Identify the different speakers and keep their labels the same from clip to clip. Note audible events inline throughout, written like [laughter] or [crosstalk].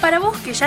Speaker 1: Para vos que ya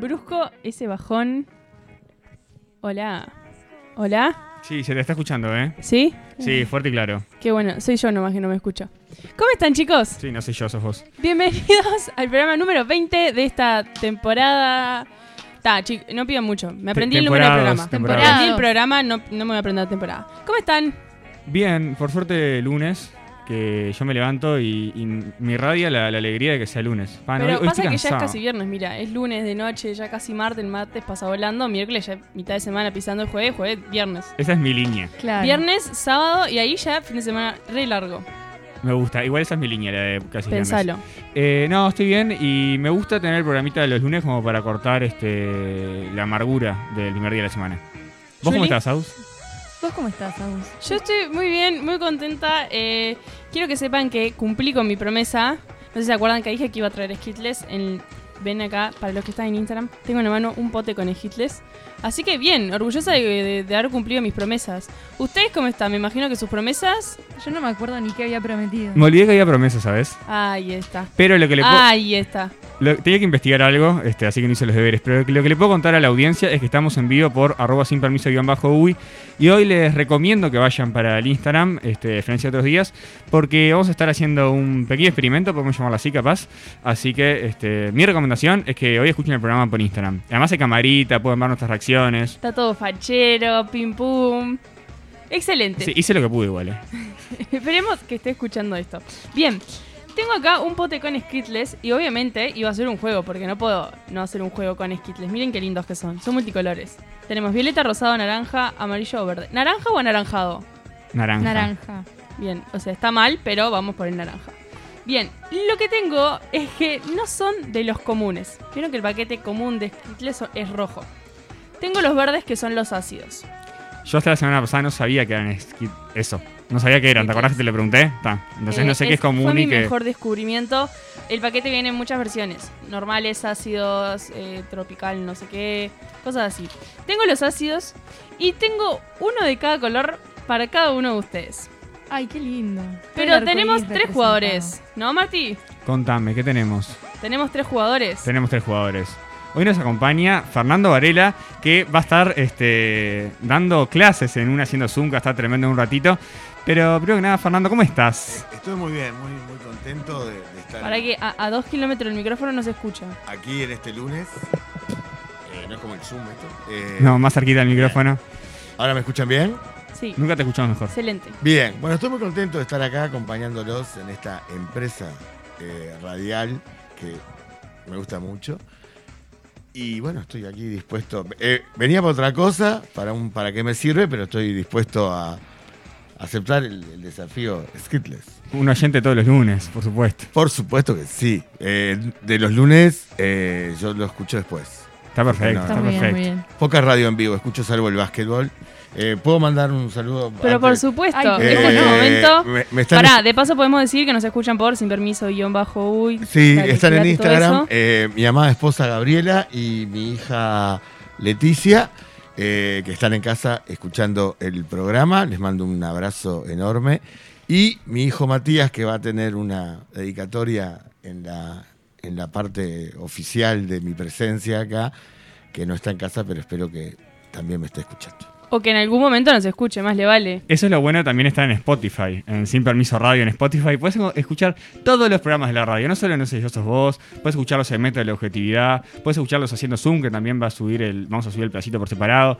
Speaker 2: Brusco ese bajón. Hola. Hola.
Speaker 3: Sí, se te está escuchando, ¿eh?
Speaker 2: ¿Sí?
Speaker 3: Sí, fuerte y claro.
Speaker 2: Qué bueno, soy yo nomás que no me escucho. ¿Cómo están chicos?
Speaker 3: Sí, no soy yo, sos vos.
Speaker 2: Bienvenidos al programa número 20 de esta temporada. Ta, chi- no pidan mucho. Me aprendí el número del programa.
Speaker 3: Temporadas, temporadas.
Speaker 2: Aprendí el programa, no, no me voy a aprender la temporada. ¿Cómo están?
Speaker 3: Bien, por suerte lunes, que yo me levanto y, y me irradia la, la alegría de que sea lunes. Pa, Ah, no,
Speaker 2: Pero
Speaker 3: hoy- hoy
Speaker 2: pasa
Speaker 3: estoy
Speaker 2: que ya es
Speaker 3: cansado.
Speaker 2: casi viernes, mira. Es lunes de noche, ya casi martes, el martes pasa volando. Miércoles ya mitad de semana pisando el jueves, jueves, viernes.
Speaker 3: Esa es mi línea,
Speaker 4: Claro.
Speaker 2: Viernes, sábado y ahí ya fin de semana re largo.
Speaker 3: me gusta. Igual esa es mi línea, la de casi viernes.
Speaker 2: Pensalo.
Speaker 3: Eh, no, estoy bien y me gusta tener el programita de los lunes como para cortar este la amargura del primer día de la semana. ¿Vos cómo
Speaker 2: Juli?
Speaker 3: estás, Aus?
Speaker 4: ¿Vos cómo estás, Agus?
Speaker 2: Yo estoy muy bien, muy contenta. Eh, quiero que sepan que cumplí con mi promesa. No sé si se acuerdan que dije que iba a traer Skittles. En, ven acá, para los que están en Instagram, tengo en la mano un pote con Skittles. Así que bien, orgullosa de, de- de haber cumplido mis promesas. ¿Ustedes cómo están? Me imagino que sus promesas...
Speaker 4: Yo no me acuerdo ni qué había prometido.
Speaker 3: Me olvidé que había promesas, ¿sabes?
Speaker 2: Ahí está.
Speaker 3: Pero lo que le
Speaker 2: Ah,
Speaker 3: puedo...
Speaker 2: Ahí está.
Speaker 3: Lo- tenía que investigar algo, este, así que no hice los deberes. Pero lo que le puedo contar a la audiencia es que estamos en vivo por arroba sin permiso guión bajo uy. Y hoy les recomiendo que vayan para el Instagram, este, de diferencia de otros días, porque vamos a estar haciendo un pequeño experimento, podemos llamarlo así capaz. Así que este, mi recomendación es que hoy escuchen el programa por Instagram. Además hay camarita, pueden ver nuestras reacciones.
Speaker 2: Está todo fachero, pim pum. Excelente.
Speaker 3: Sí, hice lo que pude igual. eh.
Speaker 2: [laughs] Esperemos que esté escuchando esto. Bien, tengo acá un pote con Skittles y obviamente iba a hacer un juego porque no puedo no hacer un juego con Skittles. Miren qué lindos que son, son multicolores. Tenemos violeta, rosado, naranja, amarillo o verde. ¿Naranja o anaranjado?
Speaker 3: Naranja.
Speaker 4: Naranja.
Speaker 2: Bien, o sea, está mal, pero vamos por el naranja. Bien, lo que tengo es que no son de los comunes. Vieron que el paquete común de Skittles so- es rojo. Tengo los verdes que son los ácidos.
Speaker 3: Yo hasta la semana pasada no sabía que eran esqui- eso. No sabía que eran, ¿te acordás que te le pregunté? Ta. Entonces
Speaker 2: Eh,
Speaker 3: no sé qué es
Speaker 2: Fue
Speaker 3: común
Speaker 2: mi
Speaker 3: y que...
Speaker 2: mejor descubrimiento. El paquete viene en muchas versiones: normales, ácidos, eh, tropical, no sé qué, cosas así. Tengo los ácidos y tengo uno de cada color para cada uno de ustedes.
Speaker 4: Ay, qué lindo. Todo
Speaker 2: Pero
Speaker 4: el
Speaker 2: tenemos
Speaker 4: arcoíris
Speaker 2: tres jugadores, ¿no, Martí?
Speaker 3: Contame, ¿qué tenemos?
Speaker 2: Tenemos tres jugadores.
Speaker 3: Tenemos tres jugadores. Hoy nos acompaña Fernando Varela, que va a estar este, dando clases en una haciendo Zoom, que está tremendo en un ratito. Pero primero que nada, Fernando, ¿cómo estás?
Speaker 5: Estoy muy bien, muy, muy contento de, de estar
Speaker 2: Para que a, a dos kilómetros el micrófono no se escucha.
Speaker 5: aquí en este lunes. Eh, no es como el Zoom esto. Eh,
Speaker 3: No, más cerquita del micrófono.
Speaker 5: ¿Ahora me escuchan bien?
Speaker 2: Sí,
Speaker 3: Nunca te escuchamos mejor.
Speaker 2: excelente.
Speaker 5: Bien. Bueno, estoy muy contento de estar acá acompañándolos en esta empresa eh, radial que me gusta mucho. Y bueno, estoy aquí dispuesto. eh, venía para otra cosa, para un para qué me sirve, pero estoy dispuesto a aceptar el, el desafío Skitless.
Speaker 3: Un oyente todos los lunes, por supuesto.
Speaker 5: Por supuesto que sí. Eh, de los lunes eh, yo lo escucho después.
Speaker 3: Está perfecto,
Speaker 5: No,
Speaker 4: Está
Speaker 3: está
Speaker 4: muy bien,
Speaker 3: Ah, perfecto.
Speaker 4: muy bien.
Speaker 5: Poca radio en vivo, escucho salvo el básquetbol. Eh, ¿Puedo mandar un saludo?
Speaker 2: Pero por
Speaker 5: antes?
Speaker 2: supuesto,
Speaker 4: Ay,
Speaker 2: en este
Speaker 4: eh,
Speaker 2: momento.
Speaker 5: Me, me están,
Speaker 2: Pará, de paso podemos decir que nos escuchan por sin permiso, guión bajo, uy.
Speaker 5: sí,
Speaker 2: dale,
Speaker 5: están en
Speaker 2: cuidate todo
Speaker 5: Instagram.
Speaker 2: eso.
Speaker 5: eh, mi amada esposa Gabriela y mi hija Leticia, eh, que están en casa escuchando el programa. Les mando un abrazo enorme. Y mi hijo Matías, que va a tener una dedicatoria en la, en la parte oficial de mi presencia acá, que no está en casa, pero espero que también me esté escuchando.
Speaker 2: O que en algún momento nos escuche, más le vale.
Speaker 3: Eso es lo bueno también está en Spotify, en Sin Permiso Radio en Spotify. Puedes escuchar todos los programas de la radio, no solo No sé yo sos vos, puedes escucharlos en Meta de la Objetividad, puedes escucharlos haciendo Zoom, que también va a subir el, vamos a subir el pedacito por separado.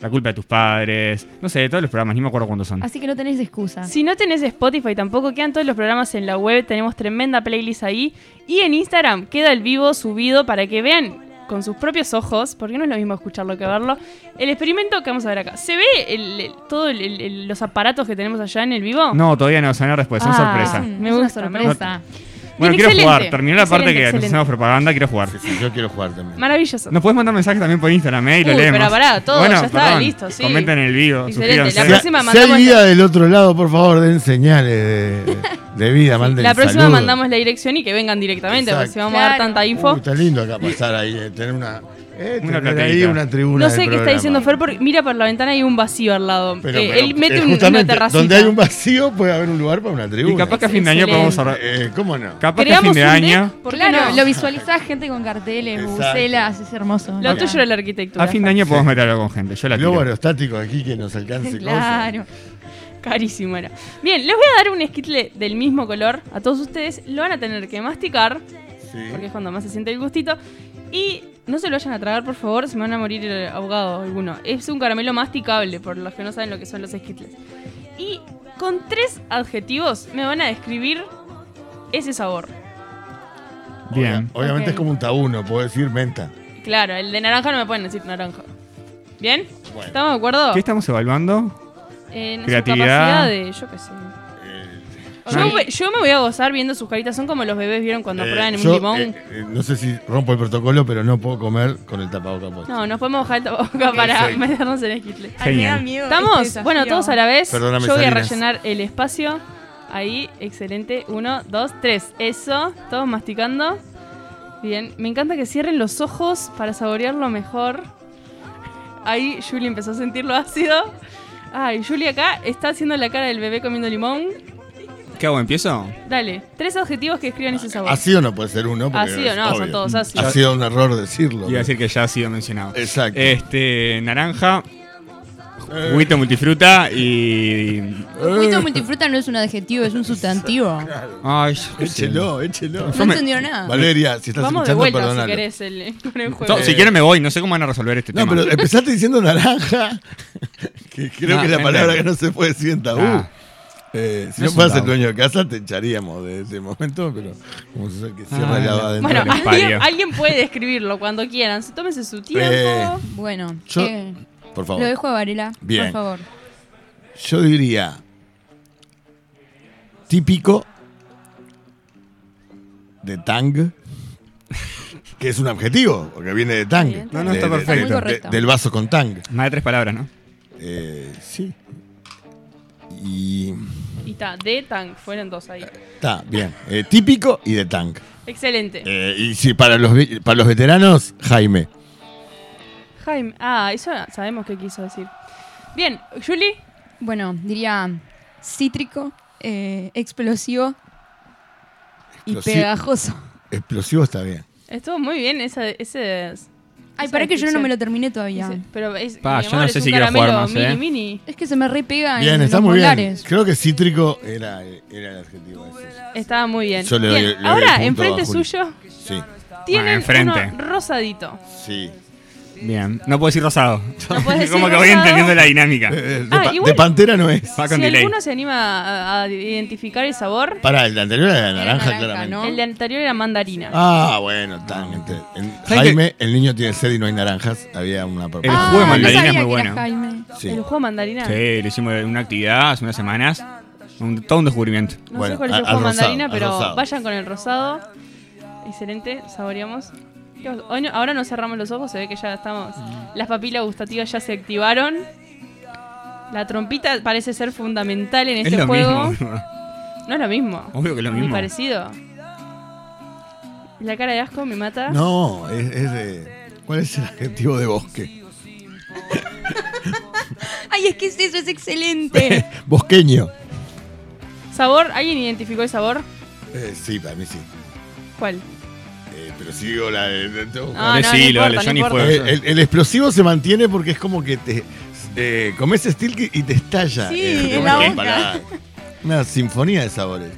Speaker 3: La culpa de tus padres, no sé, todos los programas, ni me acuerdo cuántos son.
Speaker 4: Así que no tenés excusa.
Speaker 2: Si no tenés Spotify tampoco, quedan todos los programas en la web, tenemos tremenda playlist ahí. Y en Instagram queda el vivo subido para que vean con sus propios ojos, porque no es lo mismo escucharlo que verlo, el experimento que vamos a ver acá. ¿Se ve el- el- todo el- el- el- los aparatos que tenemos allá en el vivo?
Speaker 3: No, todavía no, sonar después, son
Speaker 2: Ah,
Speaker 3: sorpresa.
Speaker 2: sí.
Speaker 4: Mm,
Speaker 2: Me
Speaker 4: es una
Speaker 2: gusta, me
Speaker 4: sorpresa.
Speaker 3: Bueno,
Speaker 2: Bien,
Speaker 3: quiero
Speaker 2: excelente,
Speaker 3: jugar. Terminó la parte que
Speaker 2: excelente,
Speaker 3: nos hacemos propaganda, quiero jugar.
Speaker 5: Sí, sí, yo quiero jugar también.
Speaker 2: Maravilloso.
Speaker 3: Nos puedes mandar mensajes también por Instagram, eh, y lo
Speaker 2: Uy,
Speaker 3: leemos.
Speaker 2: pero pará, todo,
Speaker 3: bueno,
Speaker 2: ya está,
Speaker 3: perdón,
Speaker 2: listo, sí.
Speaker 3: Comenten en el video,
Speaker 2: Excelente,
Speaker 3: suscríbanse.
Speaker 2: la
Speaker 5: Si-
Speaker 2: próxima
Speaker 5: si hay
Speaker 2: mandamos-
Speaker 5: vida del otro lado, por favor, den señales de, de vida, manden
Speaker 2: La próxima
Speaker 5: saludos.
Speaker 2: mandamos la dirección y que vengan directamente,
Speaker 5: Exacto.
Speaker 2: porque si vamos a dar
Speaker 4: Claro.
Speaker 2: tanta info.
Speaker 5: Uy, está lindo acá pasar ahí, eh, tener una, eh,
Speaker 3: Una
Speaker 5: tener ahí
Speaker 3: platerita.
Speaker 5: una tribuna.
Speaker 2: No
Speaker 5: del
Speaker 2: sé qué está
Speaker 5: programa.
Speaker 2: diciendo Fer, porque mira por la ventana y hay un vacío al lado.
Speaker 5: Pero,
Speaker 2: Eh,
Speaker 5: pero,
Speaker 2: él mete
Speaker 5: eh,
Speaker 2: un- una
Speaker 5: justamente
Speaker 2: terracita.
Speaker 5: Donde hay un vacío puede haber un lugar para una tribuna.
Speaker 3: Y capaz que a fin de año
Speaker 2: Excelente.
Speaker 3: podemos ahorrar.
Speaker 5: Eh, ¿Cómo no?
Speaker 3: Capaz que a fin
Speaker 2: Creamos
Speaker 3: de
Speaker 2: un
Speaker 3: año.
Speaker 2: deck, ¿por qué
Speaker 4: claro,
Speaker 2: no?
Speaker 4: lo visualizás gente con carteles,
Speaker 5: Exacto.
Speaker 4: bucelas, es hermoso.
Speaker 2: Lo
Speaker 4: Acá.
Speaker 2: tuyo era la arquitectura.
Speaker 3: A fin de año podemos meter algo con gente. Yo la
Speaker 5: Globo
Speaker 3: tiro.
Speaker 5: aerostático aquí que nos
Speaker 2: [laughs]
Speaker 5: alcance
Speaker 4: Claro.
Speaker 2: Carísimo era. Bien, les voy a dar un esquitle del mismo color a todos ustedes. Lo van a tener que masticar,
Speaker 5: cosas.
Speaker 2: porque
Speaker 5: Sí.
Speaker 2: es cuando más se siente el gustito. Y no se lo vayan a tragar, por favor, se me van a morir eh, ahogados alguno. Es un caramelo masticable, por los que no saben lo que son los esquitles. Y con tres adjetivos me van a describir ese sabor.
Speaker 3: Bien.
Speaker 5: Obvia- Obviamente
Speaker 4: Ok.
Speaker 5: es como un tabuno, puedo decir menta.
Speaker 2: Claro, el de naranja no me pueden decir naranja. ¿Bien?
Speaker 5: Bueno.
Speaker 2: ¿Estamos de acuerdo?
Speaker 3: ¿Qué estamos evaluando?
Speaker 2: En
Speaker 3: Creatividad.
Speaker 2: Su capacidad de, yo qué sé.
Speaker 5: Eh,
Speaker 2: Yo, ve- yo me voy a gozar viendo sus caritas. Son como los bebés vieron cuando
Speaker 5: eh,
Speaker 2: prueban en
Speaker 5: yo,
Speaker 2: un limón.
Speaker 5: eh, eh, no sé si rompo el protocolo, pero no puedo comer con el tapabocas puesto.
Speaker 2: No, nos podemos bajar el tapabocas para
Speaker 5: Perfecto.
Speaker 2: meternos en el esquitle.
Speaker 4: Ay, me da
Speaker 3: Genial.
Speaker 4: miedo
Speaker 2: ¿Estamos?
Speaker 4: este
Speaker 2: bueno,
Speaker 4: desafío.
Speaker 2: todos a la vez.
Speaker 5: Perdóname,
Speaker 2: yo voy a
Speaker 5: Salinas.
Speaker 2: rellenar el espacio. Ahí, excelente. Uno, dos, tres. Eso, todos masticando. Bien, me encanta que cierren los ojos para saborearlo mejor. Ahí Julie empezó a sentirlo ácido. Ay, Julie acá está haciendo la cara del bebé comiendo limón.
Speaker 3: ¿Qué hago? ¿Empiezo?
Speaker 2: Dale, tres objetivos que escriban ese sabor.
Speaker 5: Ácido no puede ser uno. porque
Speaker 2: Ácido
Speaker 5: es
Speaker 2: Ah, no, son
Speaker 5: obvio.
Speaker 2: todos ácidos.
Speaker 5: Ha sido un error decirlo.
Speaker 3: Iba a decir que ya ha sido mencionado.
Speaker 5: Exacto.
Speaker 3: Este, naranja,
Speaker 5: Eh,
Speaker 3: juguito multifruta y.
Speaker 6: Juguito multifruta no es un adjetivo, es un sustantivo.
Speaker 3: Ay, yo qué sé.
Speaker 5: échelo, échelo.
Speaker 6: No entendieron nada.
Speaker 5: [laughs] Valeria, si estás
Speaker 2: Vamos de
Speaker 5: escuchando,
Speaker 2: vuelta
Speaker 5: perdónalo.
Speaker 2: si querés el, [laughs] con el juego.
Speaker 3: Yo, si quieren me voy, no sé cómo van a resolver este
Speaker 5: Eh. No,
Speaker 3: tema.
Speaker 5: pero empezaste diciendo naranja, [laughs] que creo
Speaker 3: No,
Speaker 5: que es la
Speaker 3: no
Speaker 5: palabra que
Speaker 3: entiendo.
Speaker 5: no se puede decir en tabú.
Speaker 3: Ah.
Speaker 5: Eh, si
Speaker 3: No
Speaker 5: no,
Speaker 3: es un
Speaker 5: fueras el
Speaker 3: tabú.
Speaker 5: dueño de casa, te echaríamos de ese momento, pero como sos el que cierra
Speaker 3: Ah,
Speaker 5: la
Speaker 3: no.
Speaker 5: va adentro.
Speaker 2: Bueno,
Speaker 3: Dale,
Speaker 2: alguien,
Speaker 3: parió.
Speaker 2: alguien puede describirlo cuando quieran. Se- Tómese su tiempo.
Speaker 5: Eh.
Speaker 6: Bueno,
Speaker 5: Yo-
Speaker 6: eh,
Speaker 5: por
Speaker 6: lo
Speaker 5: favor.
Speaker 6: dejo a Varela,
Speaker 5: Bien.
Speaker 6: por favor.
Speaker 5: Yo diría típico de Tang, que es un adjetivo, porque viene de Tang.
Speaker 2: bien.
Speaker 3: No, no,
Speaker 5: de-
Speaker 3: está
Speaker 5: de-
Speaker 3: perfecto.
Speaker 5: de-
Speaker 6: Está muy
Speaker 5: de-
Speaker 6: correcto.
Speaker 5: del vaso con Tang.
Speaker 3: Más de tres palabras, ¿no?
Speaker 5: Eh, sí. Y
Speaker 2: Y está, de tank, fueron dos ahí.
Speaker 5: está, bien. Eh, típico y de Tang.
Speaker 2: Excelente.
Speaker 5: Eh, y sí, para los, ve- para los veteranos, Jaime.
Speaker 2: Jaime, ah, eso sabemos qué quiso decir. Bien, Julie,
Speaker 6: Bueno, diría cítrico, eh, explosivo y
Speaker 5: Explosi-
Speaker 6: pegajoso.
Speaker 5: Explosivo está bien.
Speaker 2: estuvo muy bien esa, ese...
Speaker 6: Ay,
Speaker 2: esa
Speaker 6: para que yo no
Speaker 2: descripción.
Speaker 6: me lo terminé todavía.
Speaker 2: ese- pero es,
Speaker 3: Pa,
Speaker 2: mi
Speaker 3: yo
Speaker 2: amor,
Speaker 3: no
Speaker 2: es
Speaker 3: sé
Speaker 2: un
Speaker 3: si quiero
Speaker 2: caramelo
Speaker 3: jugar más,
Speaker 2: mini,
Speaker 3: eh.
Speaker 2: mini.
Speaker 6: Es que se me repega en
Speaker 5: Bien,
Speaker 6: los
Speaker 5: está muy bien.
Speaker 6: molares.
Speaker 5: Creo que cítrico era, era el adjetivo. ese.
Speaker 2: Estaba muy bien.
Speaker 5: Yo le doy-
Speaker 2: Bien,
Speaker 5: le doy
Speaker 2: Ahora,
Speaker 5: el punto
Speaker 2: enfrente
Speaker 5: a Juli.
Speaker 2: suyo,
Speaker 5: Sí,
Speaker 2: tienen
Speaker 3: enfrente.
Speaker 2: uno rosadito.
Speaker 5: sí.
Speaker 3: Bien. No puedo decir rosado.
Speaker 2: No
Speaker 3: [laughs]
Speaker 2: puedes decir
Speaker 3: como que voy
Speaker 2: rosado.
Speaker 3: entendiendo la dinámica.
Speaker 5: [laughs] Eh, De,
Speaker 2: Ah,
Speaker 5: pa-
Speaker 2: igual-
Speaker 5: de pantera no es.
Speaker 3: Va Ah, con
Speaker 2: si
Speaker 3: delay.
Speaker 2: alguno se anima a, a identificar el sabor,
Speaker 5: Para, el anterior era de naranja,
Speaker 6: naranja,
Speaker 5: claramente.
Speaker 6: ¿no?
Speaker 2: el de anterior era mandarina.
Speaker 5: Ah, bueno, tan. ente- en-
Speaker 3: ¿Saben
Speaker 5: Jaime, el niño tiene sed y no hay naranjas. Había una
Speaker 3: El
Speaker 5: propuesta.
Speaker 6: Ah,
Speaker 3: juego de
Speaker 6: no
Speaker 3: mandarina es
Speaker 6: sabía
Speaker 3: muy
Speaker 6: que era
Speaker 3: bueno.
Speaker 6: Jaime.
Speaker 5: Sí.
Speaker 2: El juego mandarina.
Speaker 3: Sí, le hicimos una actividad hace unas semanas. Un- todo un descubrimiento.
Speaker 2: No
Speaker 5: Bueno,
Speaker 2: sé cuál es el
Speaker 5: a-
Speaker 2: juego
Speaker 5: al rosado,
Speaker 2: mandarina,
Speaker 5: al
Speaker 2: pero
Speaker 5: rosado.
Speaker 2: vayan con el rosado. Excelente, saboreamos. ¿Qué os- hoy no- ahora nos cerramos los ojos, se ve que ya estamos.
Speaker 3: Mm.
Speaker 2: Las papilas gustativas ya se activaron. La trompita parece ser fundamental en este
Speaker 3: es lo
Speaker 2: juego.
Speaker 3: mismo. [laughs] boludo.
Speaker 2: No es lo mismo.
Speaker 3: Obvio que es lo
Speaker 2: Ni
Speaker 3: mismo.
Speaker 2: parecido. La cara de asco me mata.
Speaker 5: No, es, es de. ¿Cuál es el adjetivo de bosque?
Speaker 6: Ay, es que es eso, es excelente.
Speaker 5: Bosqueño.
Speaker 2: ¿Sabor? ¿Alguien identificó el sabor?
Speaker 5: Eh, sí, para mí sí.
Speaker 2: ¿Cuál?
Speaker 5: Eh, pero sigo la de. de- de-
Speaker 2: Ah, no, no
Speaker 3: Decilo,
Speaker 2: importa,
Speaker 3: dale, yo
Speaker 2: no
Speaker 3: ni
Speaker 2: importa.
Speaker 3: juego.
Speaker 5: Eh, el, el explosivo se mantiene porque es como que te eh, comes steel que- y te estalla.
Speaker 6: Sí,
Speaker 5: Eh,
Speaker 6: en
Speaker 5: como
Speaker 6: la
Speaker 5: que
Speaker 6: boca.
Speaker 5: para- una sinfonía
Speaker 6: [laughs]
Speaker 5: de sabores.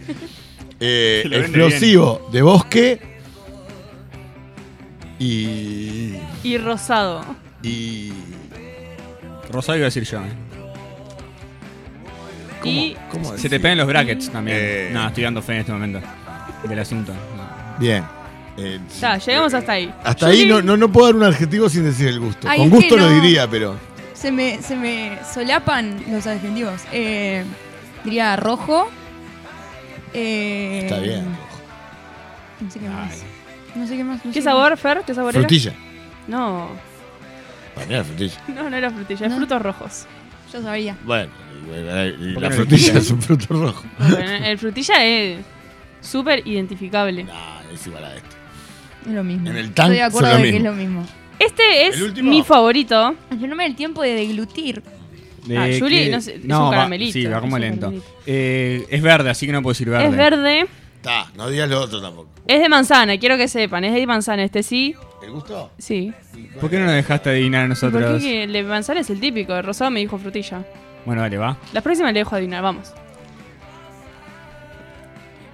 Speaker 5: Eh,
Speaker 3: Que lo vende
Speaker 5: explosivo de bosque y,
Speaker 2: Y rosado.
Speaker 5: y
Speaker 3: Rosado iba a decir yo. eh.
Speaker 2: Y
Speaker 5: ¿cómo
Speaker 3: Se
Speaker 5: decir?
Speaker 3: te pegan los brackets también.
Speaker 5: Eh.
Speaker 2: Ah,
Speaker 3: No, estoy dando fe en este momento del asunto.
Speaker 5: Bien. Eh,
Speaker 2: Ya, llegamos hasta ahí.
Speaker 5: Hasta
Speaker 2: Yo
Speaker 5: ahí
Speaker 2: vi-
Speaker 5: no, no, no puedo dar un adjetivo sin decir el gusto.
Speaker 6: Ay,
Speaker 5: Con
Speaker 6: es que
Speaker 5: gusto lo
Speaker 6: no.
Speaker 5: diría, pero.
Speaker 6: Se me, se me solapan los adjetivos. Eh, diría rojo. Eh,
Speaker 5: Está bien.
Speaker 6: No sé qué más. No sé qué más. no sé
Speaker 2: ¿Qué sabor, Fer? ¿Qué sabor era?
Speaker 5: Frutilla.
Speaker 2: No,
Speaker 5: Para mí era frutilla.
Speaker 2: no, no era frutilla, es
Speaker 6: No.
Speaker 2: frutos rojos.
Speaker 6: Yo sabía.
Speaker 5: Bueno, y bueno, y
Speaker 3: ¿Por
Speaker 5: la
Speaker 3: qué no
Speaker 5: frutilla
Speaker 3: dijiste?
Speaker 5: es un fruto rojo.
Speaker 2: Bueno, el frutilla es súper identificable.
Speaker 5: Nah, es igual a este. esto.
Speaker 6: Es lo mismo.
Speaker 5: En el
Speaker 6: Estoy de
Speaker 5: tank son
Speaker 6: acuerdo
Speaker 5: lo
Speaker 6: de que es
Speaker 5: mismo.
Speaker 6: lo mismo.
Speaker 2: Este es
Speaker 5: El último.
Speaker 2: mi favorito.
Speaker 6: Yo no me da el tiempo de deglutir.
Speaker 3: De
Speaker 2: Ah, Juli,
Speaker 3: que-
Speaker 2: no sé, es un
Speaker 3: no, va-
Speaker 2: caramelito,
Speaker 3: sí, va como
Speaker 2: es un
Speaker 3: lento.
Speaker 2: caramelito.
Speaker 3: Eh, es verde, así que no puedo decir verde.
Speaker 2: Es verde,
Speaker 5: Está, no digas lo otro tampoco.
Speaker 2: es de manzana, quiero que sepan, es de manzana. Este sí,
Speaker 5: ¿El gusto?
Speaker 2: sí.
Speaker 3: ¿Por qué no nos dejaste adivinar a
Speaker 2: ¿Y ¿Por qué
Speaker 3: nosotros?
Speaker 2: que el de manzana es el típico? El rosado me dijo frutilla.
Speaker 3: Bueno, dale, va.
Speaker 2: La próxima le dejo adivinar, vamos.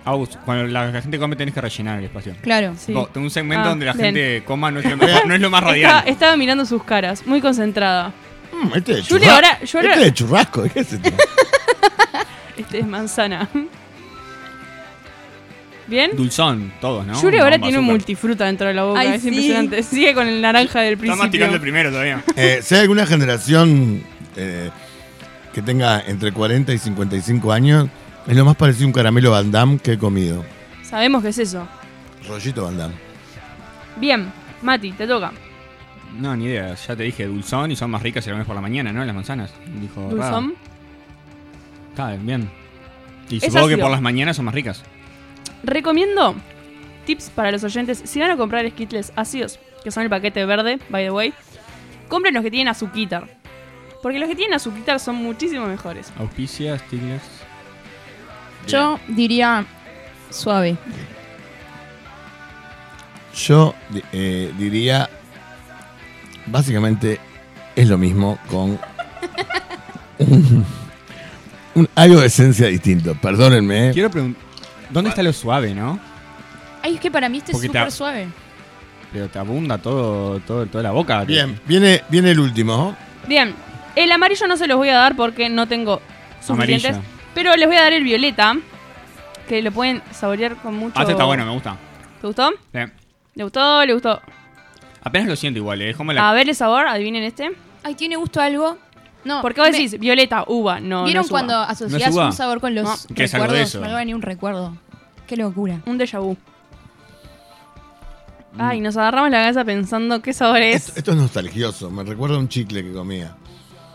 Speaker 3: Agus, cuando la gente come tenés que rellenar el espacio.
Speaker 6: Claro.
Speaker 2: Sí.
Speaker 3: Tipo, tengo un segmento
Speaker 2: Ah,
Speaker 3: donde la
Speaker 2: bien.
Speaker 3: gente coma no es
Speaker 2: [laughs]
Speaker 3: lo más, no es lo más
Speaker 2: Estaba,
Speaker 3: radial.
Speaker 2: estaba mirando sus caras, muy concentrada.
Speaker 5: Mm, este de
Speaker 2: Juli,
Speaker 5: churrasco.
Speaker 2: ahora- yo ahora-
Speaker 5: Este de churrasco, ¿qué es esto?
Speaker 2: Este es manzana. [laughs] ¿Bien?
Speaker 3: Dulzón, todos, ¿no?
Speaker 2: Yuri ahora
Speaker 3: Bomba,
Speaker 2: tiene un
Speaker 3: azúcar.
Speaker 2: multifruta dentro de la boca,
Speaker 6: Ay,
Speaker 2: es
Speaker 6: sí.
Speaker 2: impresionante. [laughs] Sigue con el naranja del
Speaker 3: Está
Speaker 2: principio.
Speaker 3: masticando el primero todavía.
Speaker 5: [laughs] Eh, si hay alguna generación eh, que tenga entre 40 y 55 años, es lo más parecido a un caramelo Van Damme que he comido.
Speaker 2: Sabemos que es eso.
Speaker 5: Rollito Van Damme.
Speaker 2: Bien, Mati, te toca.
Speaker 3: Oh, No, ni idea. Ya te dije dulzón y son más ricas si las comes por la mañana, ¿no? Las manzanas. Dijo
Speaker 2: Dulzón.
Speaker 3: Rado. Está bien. Y
Speaker 2: Es
Speaker 3: supongo que
Speaker 2: ácido.
Speaker 3: por las mañanas son más ricas.
Speaker 2: Recomiendo tips para los oyentes. Si van a comprar Skittles ácidos, que son el paquete verde, by the way, compren los que tienen azuquitar. Porque los que tienen azuquitar son muchísimo mejores.
Speaker 3: Auspicias, tigres.
Speaker 6: Yo diría suave.
Speaker 5: Yo di- eh, diría, básicamente es lo mismo con un- un- algo de esencia distinto, perdónenme. eh.
Speaker 3: Quiero preguntar. ¿Dónde está lo suave, no?
Speaker 6: Ay, es que para mí este es
Speaker 3: Porque te-
Speaker 6: súper suave.
Speaker 3: Pero te abunda todo, todo, toda la boca.
Speaker 5: Bien, viene, viene el último.
Speaker 2: Bien, el amarillo no se los voy a dar porque no tengo suficientes.
Speaker 3: Amarillo.
Speaker 2: Pero les voy a dar el violeta, que lo pueden saborear con mucho...
Speaker 3: Ah, este está bueno, me gusta.
Speaker 2: ¿Te gustó?
Speaker 3: Sí.
Speaker 2: ¿Le gustó? ¿Le gustó?
Speaker 3: Apenas lo siento igual, eh. es como la.
Speaker 2: A ver el sabor, adivinen este.
Speaker 6: Ay, tiene gusto a algo. No.
Speaker 2: Porque vos
Speaker 6: me-
Speaker 2: decís violeta, uva, no. no
Speaker 6: ¿Vieron
Speaker 2: es uva.
Speaker 6: cuando asociás
Speaker 3: uva.
Speaker 6: un sabor con los
Speaker 3: No, que es algo de
Speaker 6: recuerdos?
Speaker 3: eso.
Speaker 6: No me va ni un recuerdo. Qué locura.
Speaker 2: Un déjà vu.
Speaker 3: Mm.
Speaker 2: Ay, nos agarramos la cabeza pensando qué sabor es.
Speaker 5: Esto, esto es nostalgioso, me recuerda a un chicle que comía.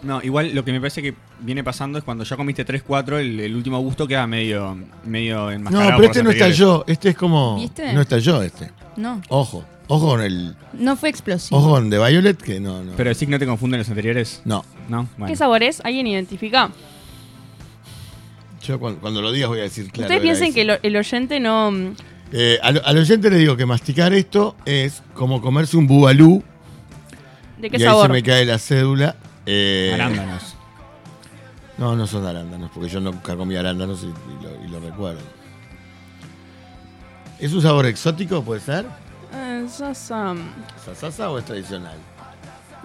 Speaker 3: No, igual lo que me parece que viene pasando es cuando ya comiste 3, 4, el, el último gusto queda medio, medio enmascarado.
Speaker 5: No,
Speaker 3: por
Speaker 5: pero este
Speaker 3: los
Speaker 5: no está
Speaker 3: anteriores.
Speaker 5: yo, este es como...
Speaker 6: ¿Viste?
Speaker 5: No está yo este.
Speaker 6: No.
Speaker 5: Ojo, ojo con el...
Speaker 6: No fue explosivo.
Speaker 5: Ojo con The Violet, que no, no.
Speaker 3: Pero sí que no te confunden los anteriores.
Speaker 5: no,
Speaker 3: No, bueno.
Speaker 2: ¿Qué sabor es? ¿Alguien identifica?
Speaker 5: yo cuando, cuando lo digas voy a decir claro.
Speaker 2: Ustedes
Speaker 5: era
Speaker 2: piensen
Speaker 5: ese.
Speaker 2: que el, el oyente no... mm,
Speaker 5: Eh, al, al oyente le digo que masticar esto es como comerse un bubalú
Speaker 2: ¿De
Speaker 5: y
Speaker 2: qué
Speaker 5: ahí
Speaker 2: sabor?
Speaker 5: se me cae la cédula. Eh,
Speaker 3: Arándanos.
Speaker 5: No, no son arándanos, porque yo nunca comí arándanos y, y lo, y lo recuerdo. ¿Es un sabor exótico, puede ser?
Speaker 2: Eh, sos, um,
Speaker 5: ¿Sasasa o es tradicional?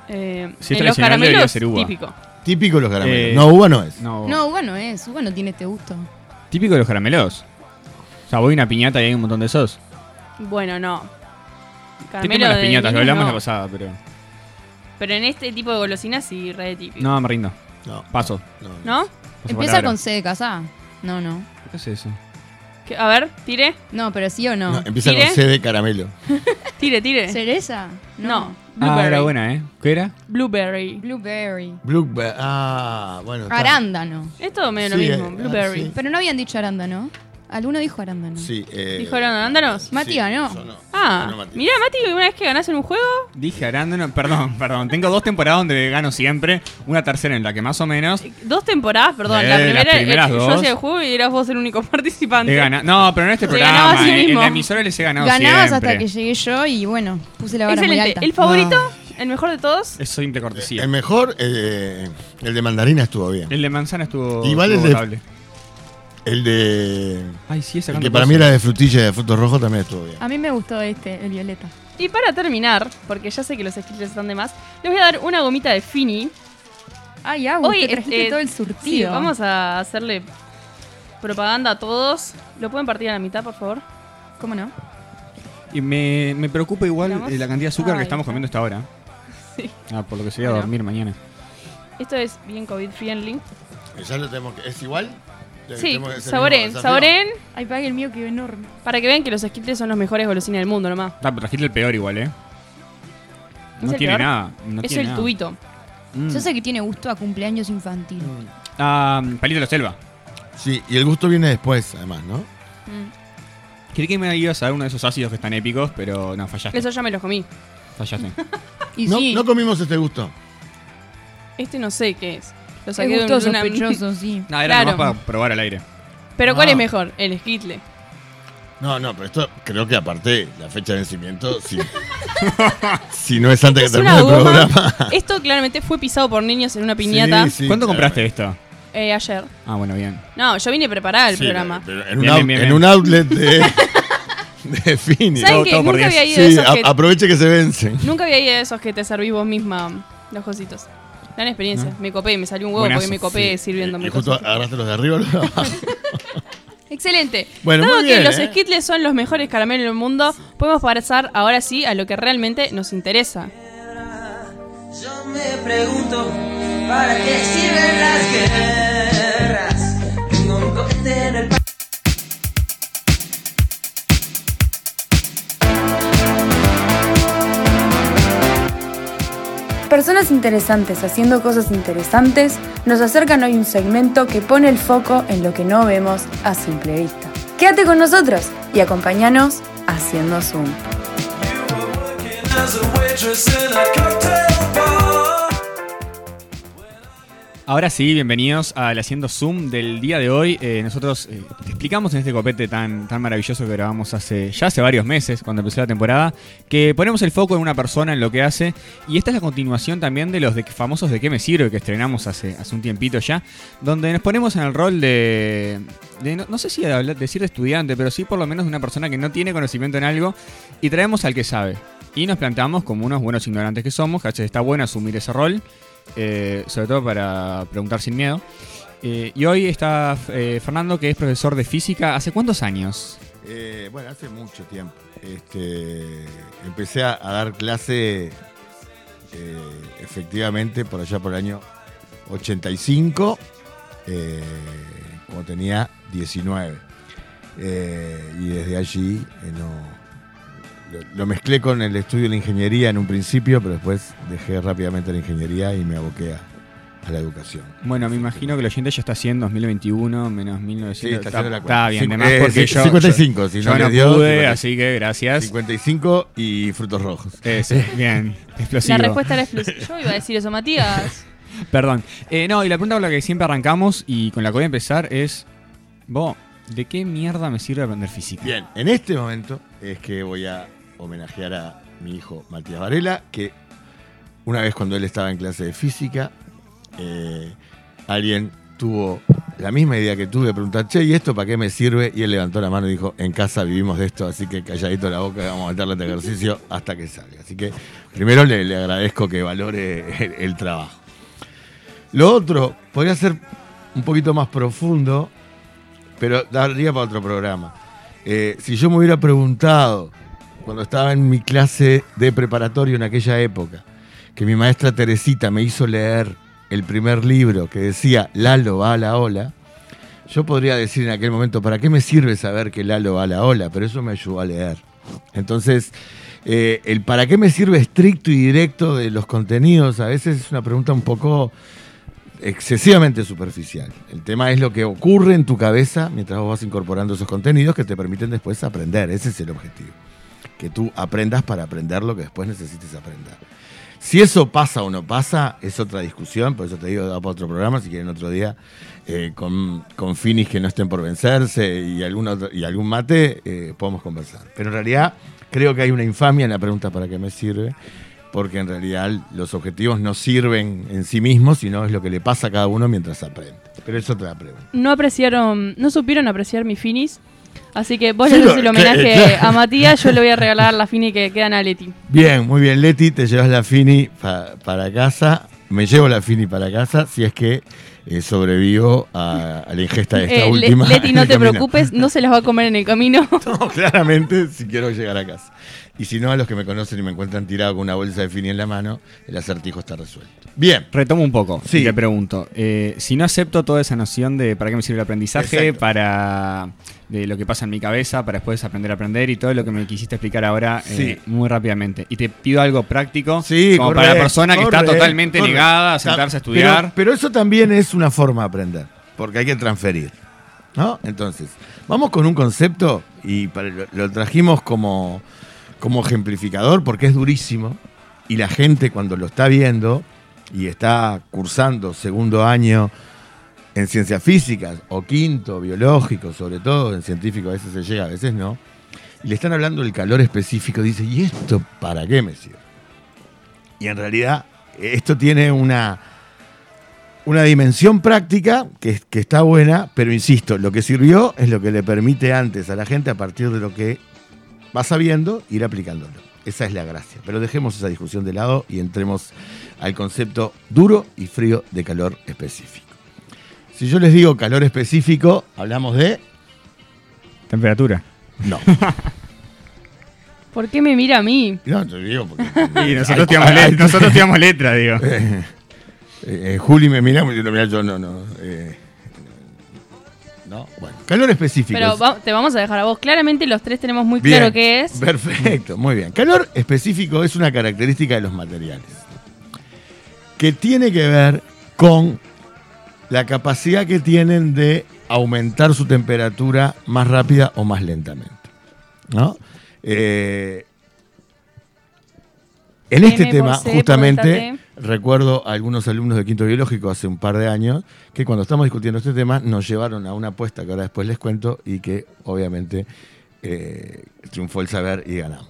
Speaker 2: eh,
Speaker 3: Si es
Speaker 2: en los
Speaker 3: tradicional, debería
Speaker 2: caramelos,
Speaker 3: ser uva.
Speaker 2: típico.
Speaker 5: Típico de los caramelos.
Speaker 3: Eh,
Speaker 5: no, uva no es.
Speaker 3: No.
Speaker 6: No, bueno, es. Uva no tiene este gusto.
Speaker 3: Típico de los caramelos. O sea, voy a una piñata y hay un montón de esos.
Speaker 2: Bueno, no.
Speaker 3: Típico
Speaker 2: Caramelo
Speaker 3: de las
Speaker 2: de
Speaker 3: piñatas, lo
Speaker 2: niños,
Speaker 3: hablamos
Speaker 2: no.
Speaker 3: la pasada, pero.
Speaker 2: Pero en este tipo de golosinas sí, re típico.
Speaker 3: No, me rindo.
Speaker 5: No,
Speaker 3: Paso.
Speaker 5: no, no.
Speaker 2: ¿No?
Speaker 3: Paso
Speaker 6: Empieza
Speaker 3: palabra.
Speaker 6: con C de casa. No, no.
Speaker 3: ¿Qué es eso?
Speaker 2: ¿Qué- A ver, tire,
Speaker 6: No, pero sí o no.
Speaker 5: No, em- empieza
Speaker 2: ¿Tire?
Speaker 5: con C de caramelo.
Speaker 2: tire, tire.
Speaker 6: ¿Cereza?
Speaker 2: No.
Speaker 3: Ah,
Speaker 2: Blueberry.
Speaker 3: era buena, ¿eh? ¿Qué era?
Speaker 2: Blueberry.
Speaker 6: Blueberry.
Speaker 5: Blueberry. Ah, bueno. está.
Speaker 6: Arándano.
Speaker 2: Es todo medio
Speaker 5: Sí,
Speaker 2: lo mismo.
Speaker 5: eh,
Speaker 2: Blueberry.
Speaker 5: ah,
Speaker 6: Pero no habían dicho arándano. Alguno dijo arándano.
Speaker 5: Sí, eh,
Speaker 2: ¿Dijo arándano? Arándanos.
Speaker 6: Mati
Speaker 5: sí,
Speaker 6: ganó.
Speaker 5: yo no.
Speaker 2: Ah,
Speaker 5: Ganó Mati.
Speaker 2: mirá, Mati, una vez que ganás en un juego,
Speaker 3: Dije arándano, perdón, [laughs] perdón. Tengo dos temporadas donde gano siempre, una tercera en la que más o menos
Speaker 2: dos temporadas, perdón. la
Speaker 3: Eh, las
Speaker 2: primera,
Speaker 3: primeras
Speaker 2: eh, yo
Speaker 3: dos.
Speaker 2: hacía el juego y eras vos el único [laughs] participante.
Speaker 3: le gana. No, pero no en este
Speaker 2: Le ganaba
Speaker 3: programa.
Speaker 2: a sí
Speaker 3: en- en,
Speaker 2: mismo.
Speaker 3: la emisora les he ganado
Speaker 6: Ganabas
Speaker 3: siempre.
Speaker 6: hasta que llegué yo y bueno, puse la vara muy alta.
Speaker 2: Excelente. El favorito, el mejor de todos.
Speaker 3: Es simple cortesía.
Speaker 5: El mejor, eh, el de mandarina estuvo bien.
Speaker 3: El de manzana estuvo.
Speaker 5: Igual
Speaker 3: estuvo
Speaker 5: el de-
Speaker 3: votable.
Speaker 5: El de.
Speaker 3: Ay, sí, esa
Speaker 5: El que para mí era de frutilla y de frutos rojos también estuvo
Speaker 6: Ah.
Speaker 5: bien.
Speaker 4: A mí me gustó este, el violeta.
Speaker 2: Y para terminar, porque ya sé que los Skittles están de más, les voy a dar una gomita de Fini.
Speaker 4: Ay, Agus,
Speaker 2: Hoy,
Speaker 4: te trajiste
Speaker 2: este,
Speaker 4: todo el
Speaker 2: Sí,
Speaker 4: surtido.
Speaker 2: vamos a hacerle propaganda a todos. ¿Lo pueden partir a la mitad, por favor?
Speaker 6: ¿Cómo no?
Speaker 3: Y me, me preocupa igual
Speaker 2: ¿Digamos?
Speaker 3: eh, la cantidad de azúcar que
Speaker 2: Ay,
Speaker 3: estamos
Speaker 2: está.
Speaker 3: comiendo hasta ahora.
Speaker 2: Sí.
Speaker 3: Ah, por lo que sería
Speaker 2: Bueno.
Speaker 3: dormir mañana.
Speaker 2: Esto es bien COVID-friendly.
Speaker 5: Ya lo tenemos que. ¿Es igual? Le-
Speaker 2: Sí,
Speaker 5: tenemos que hacer el
Speaker 2: saboren,
Speaker 5: mismo desafío.
Speaker 2: saboren.
Speaker 4: Ay, pague el mío que enorme.
Speaker 2: Para que vean que los esquites son los mejores golosinas del mundo nomás.
Speaker 3: Ah, pero trajiste el peor igual, ¿eh?
Speaker 2: ¿Es
Speaker 3: No
Speaker 2: el
Speaker 3: tiene
Speaker 2: peor?
Speaker 3: nada. no
Speaker 2: es
Speaker 3: tiene
Speaker 2: el
Speaker 3: nada.
Speaker 2: tubito.
Speaker 3: Mm.
Speaker 6: Yo sé que tiene gusto a cumpleaños infantil.
Speaker 3: Ah, palito de la selva.
Speaker 5: Sí, y el gusto viene después, además, ¿no?
Speaker 2: Mm.
Speaker 3: Creí que me ibas a dar uno de esos ácidos que están épicos, pero no, fallaste.
Speaker 2: Eso ya me los comí. [laughs]
Speaker 3: Fallaste.
Speaker 6: Y
Speaker 5: no,
Speaker 6: sí,
Speaker 5: no comimos este gusto.
Speaker 2: Este no sé qué es. Lo
Speaker 6: es
Speaker 2: saqué de
Speaker 6: gusto
Speaker 2: un- una-
Speaker 6: sospechoso, sí.
Speaker 3: No, era
Speaker 2: Claro.
Speaker 3: nomás para probar al aire.
Speaker 2: [laughs] Pero ¿cuál
Speaker 5: Ah.
Speaker 2: es mejor? El esquitle.
Speaker 5: No, no, pero esto creo que aparte la fecha de vencimiento, si, [laughs] si no [laughs] es antes que
Speaker 2: Es
Speaker 5: termine
Speaker 2: una
Speaker 5: el
Speaker 2: goma.
Speaker 5: programa.
Speaker 2: [laughs] Esto claramente fue pisado por niños en una piñata
Speaker 5: Sí, sí,
Speaker 3: ¿Cuánto compraste
Speaker 5: claramente.
Speaker 3: esto?
Speaker 2: eh, ayer.
Speaker 3: Ah, bueno, bien.
Speaker 2: No, yo vine preparada al
Speaker 5: Sí,
Speaker 2: programa.
Speaker 5: pero
Speaker 3: Bien,
Speaker 5: en, un,
Speaker 3: bien,
Speaker 5: out-
Speaker 3: bien,
Speaker 5: en
Speaker 3: bien.
Speaker 5: un outlet
Speaker 2: [laughs]
Speaker 5: de, de Fini.
Speaker 2: ¿Saben
Speaker 3: todo-
Speaker 2: qué?
Speaker 3: todo por
Speaker 2: Nunca
Speaker 3: diez.
Speaker 2: había ido a
Speaker 5: Sí,
Speaker 2: esos
Speaker 5: a-
Speaker 2: que-
Speaker 5: aproveche que se vencen.
Speaker 2: Nunca había ido a esos que te servís vos misma los cositos. Gran experiencia. Me copé, me salió un huevo
Speaker 3: Buenazo,
Speaker 2: porque me copé
Speaker 5: Y,
Speaker 2: sirviéndome.
Speaker 5: y justo
Speaker 2: cosas.
Speaker 5: agarraste los de arriba los de abajo.
Speaker 2: Excelente.
Speaker 5: Bueno,
Speaker 2: Dado
Speaker 5: muy
Speaker 2: que
Speaker 5: bien,
Speaker 2: los
Speaker 5: ¿eh?
Speaker 2: Skittles son los mejores caramelos del mundo, podemos pasar ahora sí a lo que realmente nos interesa.
Speaker 7: Yo me pregunto para qué sirven las guerras. Tengo un cohete en el pa-
Speaker 8: Personas interesantes haciendo cosas interesantes nos acercan hoy un segmento que pone el foco en lo que no vemos a simple vista. Quédate con nosotros y acompáñanos haciendo Zoom.
Speaker 3: Ahora sí, bienvenidos al Haciendo Zoom del día de hoy. Eh, nosotros eh, te explicamos en este copete tan, tan maravilloso que grabamos hace ya hace varios meses, cuando empezó la temporada, que ponemos el foco en una persona, en lo que hace. Y esta es la continuación también de los de, famosos de qué me sirve, que estrenamos hace, hace un tiempito ya, donde nos ponemos en el rol de... de no, no sé si de hablar- decir de estudiante, pero sí por lo menos de una persona que no tiene conocimiento en algo y traemos al que sabe. Y nos planteamos como unos buenos ignorantes que somos, que está bueno asumir ese rol. Eh, sobre todo para preguntar sin miedo. Eh, y hoy está eh, Fernando, que es profesor de física. ¿Hace cuántos años?
Speaker 5: Eh, bueno, hace mucho tiempo. Este, empecé a, a dar clase eh, efectivamente por allá por el año 85, eh, cuando tenía 19. Eh, y desde allí eh, no- lo, lo mezclé con el estudio de la ingeniería en un principio, pero después dejé rápidamente la ingeniería y me aboqué a, a la educación.
Speaker 3: Bueno, me imagino que el oyente ya está haciendo 2021 menos 1900.
Speaker 5: Sí, está haciendo la
Speaker 3: está
Speaker 5: cuenta.
Speaker 3: bien,
Speaker 5: Cincu-
Speaker 3: además
Speaker 5: eh,
Speaker 3: porque
Speaker 5: sí,
Speaker 3: yo,
Speaker 5: 55, si
Speaker 3: yo,
Speaker 5: no
Speaker 3: yo
Speaker 5: le
Speaker 3: no
Speaker 5: dio,
Speaker 3: pude,
Speaker 5: 55.
Speaker 3: así que gracias.
Speaker 5: 55 y frutos rojos.
Speaker 3: Eh, sí,
Speaker 5: [laughs]
Speaker 3: bien, explosivo.
Speaker 2: La respuesta era exclusiva. Yo iba a decir eso, Matías.
Speaker 3: Perdón. Eh, no, y la pregunta con la que siempre arrancamos y con la que voy a empezar es: ¿Vos, de qué mierda me sirve aprender física?
Speaker 5: Bien, en este momento es que voy a homenajear a mi hijo Matías Varela, que una vez cuando él estaba en clase de física, eh, alguien tuvo la misma idea que tuve de preguntar, che, ¿y esto para qué me sirve? Y él levantó la mano y dijo, en casa vivimos de esto, así que calladito la boca, vamos a meterle este ejercicio hasta que salga. Así que primero le, le agradezco que valore el- el trabajo. Lo otro podría ser un poquito más profundo, pero daría para otro programa. Eh, si yo me hubiera preguntado cuando estaba en mi clase de preparatorio en aquella época, que mi maestra Teresita me hizo leer el primer libro que decía Lalo va a la ola, yo podría decir en aquel momento, ¿para qué me sirve saber que Lalo va a la ola? Pero eso me ayudó a leer. Entonces, eh, el para qué me sirve estricto y directo de los contenidos a veces es una pregunta un poco excesivamente superficial. El tema es lo que ocurre en tu cabeza mientras vos vas incorporando esos contenidos que te permiten después aprender. Ese es el objetivo. Que tú aprendas para aprender lo que después necesites aprender. Si eso pasa o no pasa, es otra discusión, por eso te digo, da para otro programa, si quieren otro día, eh, con, con finis que no estén por vencerse y algún, otro- y algún mate, eh, podemos conversar. Pero en realidad creo que hay una infamia en la pregunta para qué me sirve, porque en realidad los objetivos no sirven en sí mismos, sino es lo que le pasa a cada uno mientras aprende. Pero es otra pregunta.
Speaker 2: No apreciaron, no supieron apreciar mi finis. Así que vos
Speaker 5: Sí,
Speaker 2: le
Speaker 5: lo-
Speaker 2: haces el
Speaker 5: que-
Speaker 2: homenaje
Speaker 5: claro.
Speaker 2: a Matías, yo le voy a regalar la fini que quedan a Leti.
Speaker 5: Bien, muy bien, Leti, te llevas la Fini pa- para casa. Me llevo la Fini para casa si es que eh, sobrevivo a, a la ingesta de esta
Speaker 2: Eh, Le-
Speaker 5: última.
Speaker 2: Leti,
Speaker 5: [laughs] en
Speaker 2: no
Speaker 5: el
Speaker 2: te
Speaker 5: camino.
Speaker 2: preocupes, no se las va a comer en el camino.
Speaker 5: [laughs] No, claramente, si quiero llegar a casa. Y si no, a los que me conocen y me encuentran tirado con una bolsa de fini en la mano, el acertijo está resuelto. Bien.
Speaker 3: Retomo un poco
Speaker 5: Sí.
Speaker 3: y te pregunto. eh, si no acepto toda esa noción de para qué me sirve el aprendizaje,
Speaker 5: Exacto.
Speaker 3: para de lo que pasa en mi cabeza, para después aprender a aprender y todo lo que me quisiste explicar ahora eh,
Speaker 5: Sí.
Speaker 3: muy rápidamente. Y te pido algo práctico,
Speaker 5: Sí,
Speaker 3: como para
Speaker 5: correcto,
Speaker 3: la persona que está
Speaker 5: correcto,
Speaker 3: totalmente
Speaker 5: correcto.
Speaker 3: negada a sentarse a
Speaker 5: Pero-
Speaker 3: estudiar.
Speaker 5: Pero, eso también es una forma de aprender, porque hay que transferir. ¿no? Entonces, vamos con un concepto y para- lo, lo trajimos como, como ejemplificador porque es durísimo y la gente cuando lo está viendo y está cursando segundo año en ciencias físicas o quinto, biológico, sobre todo en científico, a veces se llega, a veces no, y le están hablando del calor específico, dice, ¿y esto para qué me sirve? Y en realidad esto tiene una, una dimensión práctica que, es- que está buena, pero insisto, lo que sirvió es lo que le permite antes a la gente a partir de lo que va sabiendo ir aplicándolo. Esa es la gracia. Pero dejemos esa discusión de lado y entremos al concepto duro y frío de calor específico. Si yo les digo calor específico, hablamos de...
Speaker 3: Temperatura.
Speaker 5: No.
Speaker 2: ¿Por qué me mira a mí?
Speaker 5: No, te digo
Speaker 3: [laughs]
Speaker 5: porque...
Speaker 3: Y nosotros tiramos, le- nosotros tiramos letra, digo.
Speaker 5: [laughs] Eh, eh, Juli me mira, yo, mirá, yo no, no. eh, no, bueno. Calor específico.
Speaker 2: Pero va- te vamos a dejar a vos. Claramente los tres tenemos muy
Speaker 5: Bien,
Speaker 2: claro qué es.
Speaker 5: Perfecto, muy bien. Calor específico es una característica de los materiales que tiene que ver con la capacidad que tienen de aumentar su temperatura más rápida o más lentamente. ¿No? Eh, en
Speaker 2: M
Speaker 5: este
Speaker 2: por
Speaker 5: tema,
Speaker 2: C por
Speaker 5: justamente,
Speaker 2: delta
Speaker 5: recuerdo a algunos alumnos de quinto biológico hace un par de años que cuando estamos discutiendo este tema nos llevaron a una apuesta que ahora después les cuento y que obviamente eh, triunfó el saber y ganamos.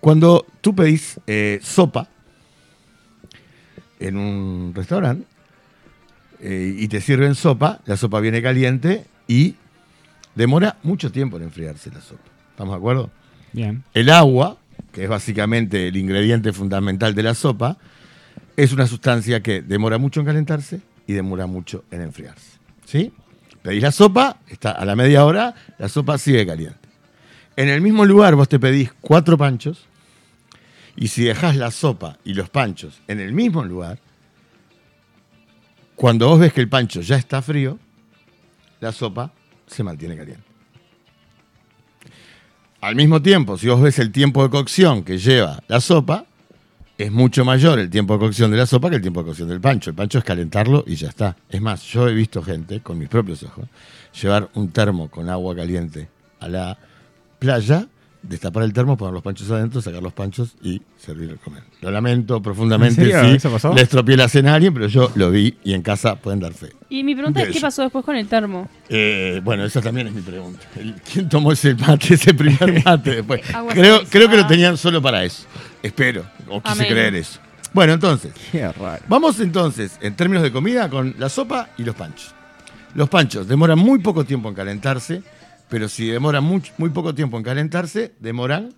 Speaker 5: Cuando tú pedís eh, sopa en un restaurante eh, y te sirven sopa, la sopa viene caliente y demora mucho tiempo en enfriarse la sopa. ¿Estamos de acuerdo?
Speaker 3: Bien.
Speaker 5: El agua, que es básicamente el ingrediente fundamental de la sopa, es una sustancia que demora mucho en calentarse y demora mucho en enfriarse. ¿Sí? Pedís la sopa, está a la media hora, la sopa sigue caliente. En el mismo lugar vos te pedís cuatro panchos y si dejás la sopa y los panchos en el mismo lugar, cuando vos ves que el pancho ya está frío, la sopa se mantiene caliente. Al mismo tiempo, si vos ves el tiempo de cocción que lleva la sopa, es mucho mayor el tiempo de cocción de la sopa que el tiempo de cocción del pancho. El pancho es calentarlo y ya está. Es más, yo he visto gente, con mis propios ojos, llevar un termo con agua caliente a la playa, destapar el termo, poner los panchos adentro, sacar los panchos y servir el comer. Lo lamento profundamente
Speaker 3: ¿En serio?
Speaker 5: si
Speaker 3: ¿Eso pasó?
Speaker 5: le estropié la cena a alguien, pero yo lo vi y en casa pueden dar fe.
Speaker 2: Y mi pregunta
Speaker 5: De
Speaker 2: es: ¿qué
Speaker 5: eso.
Speaker 2: pasó después con el termo?
Speaker 5: Eh, bueno, esa también es mi pregunta. El- ¿Quién tomó ese mate, ese primer mate después?
Speaker 6: Agua
Speaker 5: creo,
Speaker 6: salinizada.
Speaker 5: creo que lo tenían solo para eso. Espero, o quise
Speaker 2: Amén.
Speaker 5: creer eso. Bueno, entonces,
Speaker 3: Qué raro.
Speaker 5: vamos entonces, en términos de comida, con la sopa y los panchos. Los panchos demoran muy poco tiempo en calentarse, pero si demoran muy, muy poco tiempo en calentarse, demoran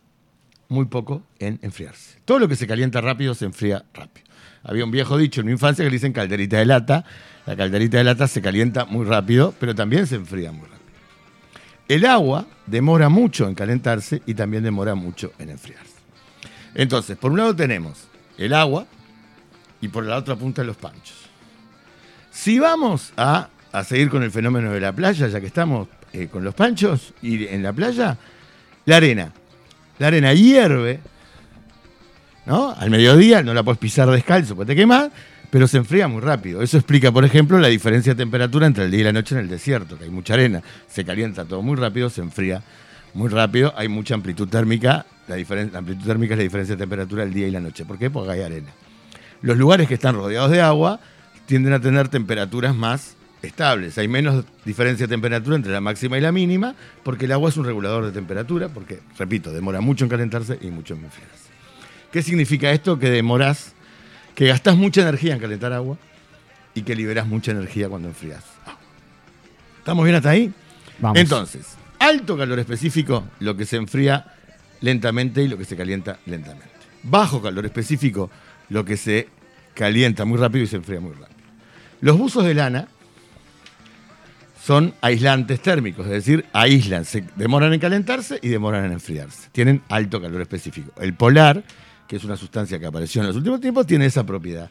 Speaker 5: muy poco en enfriarse. Todo lo que se calienta rápido se enfría rápido. Había un viejo dicho en mi infancia que le dicen calderita de lata. La calderita de lata se calienta muy rápido, pero también se enfría muy rápido. El agua demora mucho en calentarse y también demora mucho en enfriarse. Entonces, por un lado tenemos el agua y por la otra punta los panchos. Si vamos a, a seguir con el fenómeno de la playa, ya que estamos eh, con los panchos y en la playa, la arena. La arena hierve, ¿no? Al mediodía no la puedes pisar descalzo porque te quemas, pero se enfría muy rápido. Eso explica, por ejemplo, la diferencia de temperatura entre el día y la noche en el desierto, que hay mucha arena. Se calienta todo muy rápido, se enfría muy rápido, hay mucha amplitud térmica. La, diferen- la amplitud térmica es la diferencia de temperatura del día y la noche. ¿Por qué? Porque hay arena los lugares que están rodeados de agua tienden a tener temperaturas más estables. Hay menos diferencia de temperatura entre la máxima y la mínima, porque el agua es un regulador de temperatura, porque, repito, demora mucho en calentarse y mucho en enfriarse. ¿Qué significa esto? Que demorás, que gastás mucha energía en calentar agua y que liberás mucha energía cuando enfrías. agua. ¿Estamos bien hasta ahí?
Speaker 3: Vamos.
Speaker 5: Entonces, alto calor específico, lo que se enfría lentamente y lo que se calienta lentamente. Bajo calor específico, lo que se calienta muy rápido y se enfría muy rápido. Los buzos de lana son aislantes térmicos, es decir, aíslan, se demoran en calentarse y demoran en enfriarse. Tienen alto calor específico. El polar, que es una sustancia que apareció en los últimos tiempos, tiene esa propiedad.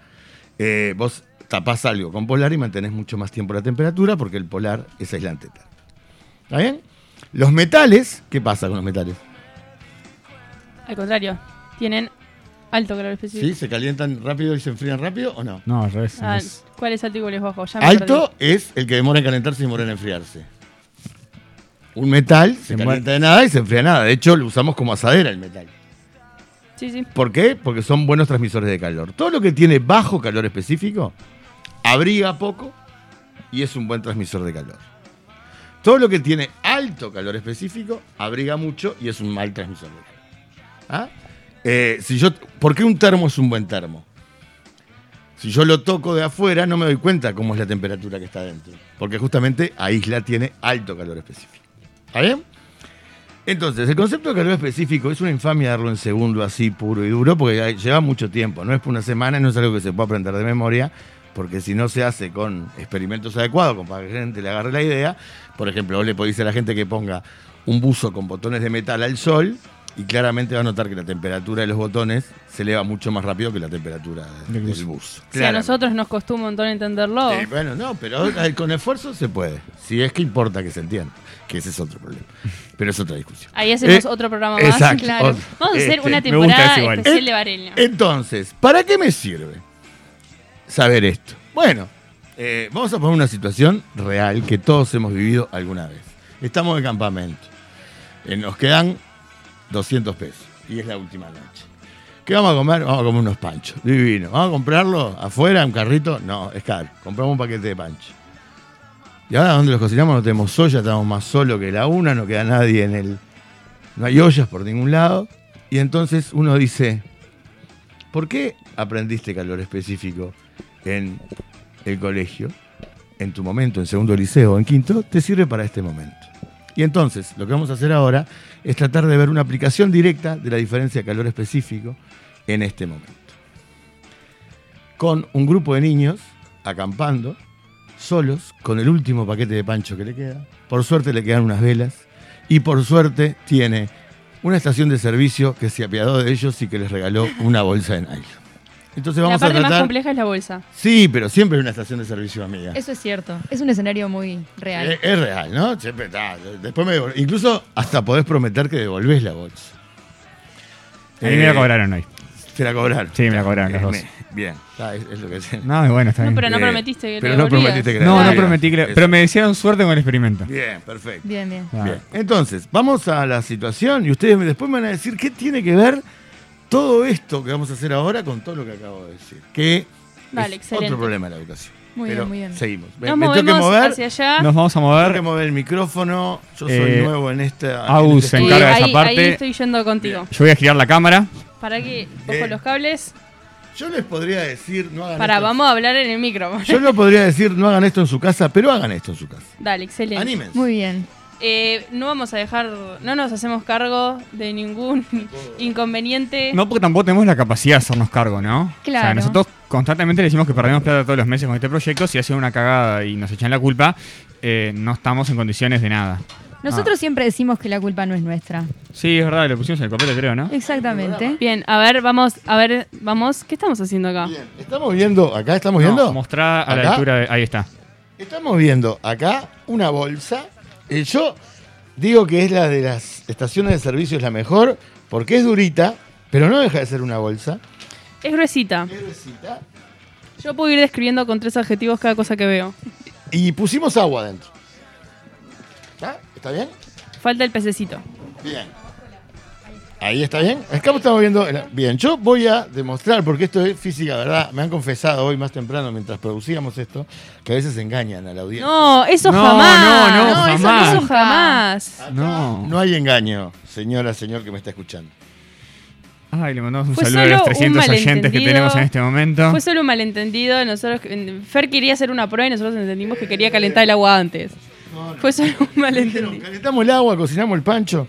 Speaker 5: Eh, vos tapás algo con polar y mantenés mucho más tiempo la temperatura porque el polar es aislante térmico. ¿Está bien? Los metales, ¿qué pasa con los metales?
Speaker 2: Al contrario, tienen alto calor
Speaker 5: ¿Sí?
Speaker 2: específico.
Speaker 5: ¿Se calientan rápido y se enfrían rápido o no?
Speaker 3: No, al revés.
Speaker 2: Ah,
Speaker 3: es-
Speaker 2: ¿Cuál es alto y cuál es bajo? Ya me
Speaker 5: Alto es el que demora en calentarse y demora en enfriarse. Un metal se
Speaker 3: Se muere.
Speaker 5: calienta de nada y se enfría nada. De hecho, lo usamos como asadera el metal.
Speaker 2: perdí. Sí, sí.
Speaker 5: ¿Por qué? Porque son buenos transmisores de calor. Todo lo que tiene bajo calor específico abriga poco y es un buen transmisor de calor. Todo lo que tiene alto calor específico abriga mucho y es un mal transmisor de calor. ¿Ah? Eh, si yo, ¿Por qué un termo es un buen termo? Si yo lo toco de afuera no me doy cuenta cómo es la temperatura que está dentro. Porque justamente aísla tiene alto calor específico. ¿Está bien? Entonces, el concepto de calor específico es una infamia darlo en segundo así puro y duro porque hay- lleva mucho tiempo, no es por una semana, no es algo que se pueda aprender de memoria, porque si no se hace con experimentos adecuados, con para que la gente le agarre la idea, por ejemplo, vos le podés decir a la gente que ponga un buzo con botones de metal al sol y claramente va a notar que la temperatura de los botones se eleva mucho más rápido que la temperatura de-
Speaker 3: Del
Speaker 5: del
Speaker 3: buzo.
Speaker 5: buzo.
Speaker 2: Si a
Speaker 5: Claramente.
Speaker 2: nosotros nos costó un montón entenderlo.
Speaker 5: Eh, bueno, no, pero eh, con esfuerzo se puede. Si es que importa que se entienda, que ese es otro problema. Pero es otra discusión.
Speaker 2: Ahí hacemos
Speaker 5: eh,
Speaker 2: otro programa más.
Speaker 5: Exacto.
Speaker 2: [laughs] Claro.
Speaker 5: Otro.
Speaker 2: Vamos a hacer
Speaker 5: Este,
Speaker 2: una
Speaker 3: me gusta
Speaker 2: temporada
Speaker 3: ese igual.
Speaker 2: especial
Speaker 5: Eh,
Speaker 2: de Varela.
Speaker 5: Entonces, ¿para qué me sirve saber esto? Bueno, eh, vamos a poner una situación real que todos hemos vivido alguna vez. Estamos de campamento. Eh, nos quedan 200 pesos y es la última noche. ¿Qué vamos a comer? Vamos a comer unos panchos. Divino. ¿Vamos a comprarlo afuera en un carrito? No, es caro. Compramos un paquete de panchos. Y ahora, ¿dónde los cocinamos? No tenemos soya, estamos más solos que la una, no queda nadie en el. No hay ollas por ningún lado. Y entonces uno dice, ¿Por qué aprendiste calor específico en el colegio? En tu momento, en segundo liceo o en quinto, te sirve para este momento. Y entonces, lo que vamos a hacer ahora es tratar de ver una aplicación directa de la diferencia de calor específico en este momento. Con un grupo de niños acampando, solos, con el último paquete de pancho que le queda. Por suerte le quedan unas velas y por suerte tiene una estación de servicio que se apiadó de ellos y que les regaló una bolsa de nylon. Entonces
Speaker 2: La
Speaker 5: vamos a
Speaker 2: parte más
Speaker 5: tratar...
Speaker 2: compleja es la bolsa.
Speaker 5: Sí, pero siempre hay una estación de servicio amiga.
Speaker 4: Eso es cierto. Es un escenario muy real.
Speaker 5: Es, es real, ¿no? Siempre está. Después me devol- Incluso hasta podés prometer que devolvés la bolsa.
Speaker 3: A mí me la
Speaker 5: Eh,
Speaker 3: cobraron hoy.
Speaker 5: Te la cobraron.
Speaker 3: Sí, me la cobraron los
Speaker 5: Eh,
Speaker 3: dos.
Speaker 5: me- Bien, Está, es, es lo que sé.
Speaker 3: No, y bueno, está
Speaker 2: No,
Speaker 3: bien.
Speaker 2: pero no
Speaker 5: Eh,
Speaker 2: prometiste que
Speaker 5: pero
Speaker 2: te
Speaker 5: no prometiste que la
Speaker 3: No, no
Speaker 5: devolvieras.
Speaker 3: prometí que...
Speaker 5: Eso.
Speaker 3: Pero me desearon suerte con el experimento.
Speaker 5: Bien, perfecto.
Speaker 4: Bien, bien.
Speaker 3: Ah,
Speaker 5: Bien. Entonces, vamos a la situación y ustedes me- después me van a decir qué tiene que ver todo esto que vamos a hacer ahora con todo lo que acabo de decir. Que
Speaker 2: Vale,
Speaker 5: es
Speaker 2: excelente.
Speaker 5: otro problema de la educación.
Speaker 4: Muy
Speaker 5: Pero
Speaker 4: bien, muy bien.
Speaker 5: Seguimos. Me,
Speaker 2: Nos
Speaker 5: me tengo que
Speaker 2: movemos
Speaker 5: mover.
Speaker 2: hacia allá.
Speaker 3: Nos vamos a
Speaker 5: Tengo que
Speaker 3: mover.
Speaker 5: mover el micrófono. Yo soy
Speaker 3: Eh,
Speaker 5: nuevo en esta.
Speaker 3: Agus,
Speaker 5: en
Speaker 3: se
Speaker 5: este
Speaker 2: Sí,
Speaker 5: estudio.
Speaker 3: encarga de
Speaker 2: Eh, ahí,
Speaker 3: esa parte.
Speaker 2: ahí estoy yendo contigo.
Speaker 3: Yo voy a girar la cámara.
Speaker 2: Para que, ojo
Speaker 5: Bien.
Speaker 2: los cables.
Speaker 5: Yo les podría decir, no hagan
Speaker 2: Para,
Speaker 5: esto.
Speaker 2: vamos a hablar en el micro. [laughs]
Speaker 5: Yo les podría decir, no hagan esto en su casa, pero hagan esto en su casa.
Speaker 2: Dale, excelente.
Speaker 5: Anímense.
Speaker 4: Muy bien.
Speaker 2: Eh, no vamos a dejar, no nos hacemos cargo de
Speaker 5: [laughs]
Speaker 2: ningún inconveniente.
Speaker 3: No, porque tampoco tenemos la capacidad de hacernos cargo, ¿no? O sea,
Speaker 4: Claro.
Speaker 3: nosotros constantemente le decimos que perdemos plata todos los meses con este proyecto. Si hacen una cagada y nos echan la culpa, eh, no estamos en condiciones de nada.
Speaker 4: Nosotros siempre decimos que la culpa no es nuestra.
Speaker 3: Sí, es verdad, lo pusimos en el papel, creo, ¿no?
Speaker 4: Exactamente.
Speaker 2: Bien, a ver, vamos, a ver, vamos, ¿qué estamos haciendo acá?
Speaker 5: Bien, estamos viendo, acá estamos
Speaker 3: No,
Speaker 5: viendo.
Speaker 3: mostrada a la
Speaker 5: ¿Acá?
Speaker 3: altura de. Ahí está.
Speaker 5: Estamos viendo acá una bolsa. Y yo digo que es la de las estaciones de servicio, es la mejor, porque es durita, pero no deja de ser una bolsa.
Speaker 2: Es gruesita.
Speaker 5: Es gruesita.
Speaker 2: Yo puedo ir describiendo con tres adjetivos cada cosa que veo.
Speaker 5: Y pusimos agua adentro. ¿Está? ¿Está bien?
Speaker 2: Falta el pececito.
Speaker 5: Bien. Ahí está bien. Acá estamos viendo. el- Bien, yo voy a demostrar, porque esto es física, ¿verdad? Me han confesado hoy más temprano mientras producíamos esto, que a veces engañan a la audiencia.
Speaker 2: No, eso
Speaker 3: No,
Speaker 2: jamás.
Speaker 3: no, no,
Speaker 2: eso-
Speaker 3: jamás.
Speaker 2: Eso, jamás.
Speaker 3: No.
Speaker 5: No hay engaño, señora, señor que me está escuchando.
Speaker 3: Ay, le mandamos un
Speaker 2: Fue
Speaker 3: saludo a los
Speaker 2: solo un
Speaker 3: 300 oyentes que
Speaker 2: malentendido.
Speaker 3: tenemos en este momento.
Speaker 2: Fue solo un malentendido. Nosotros, Fer quería hacer una prueba y nosotros entendimos que quería calentar el agua antes. Fue solo un
Speaker 5: Dijeron,
Speaker 2: malentendido.
Speaker 5: calentamos el agua, cocinamos el pancho.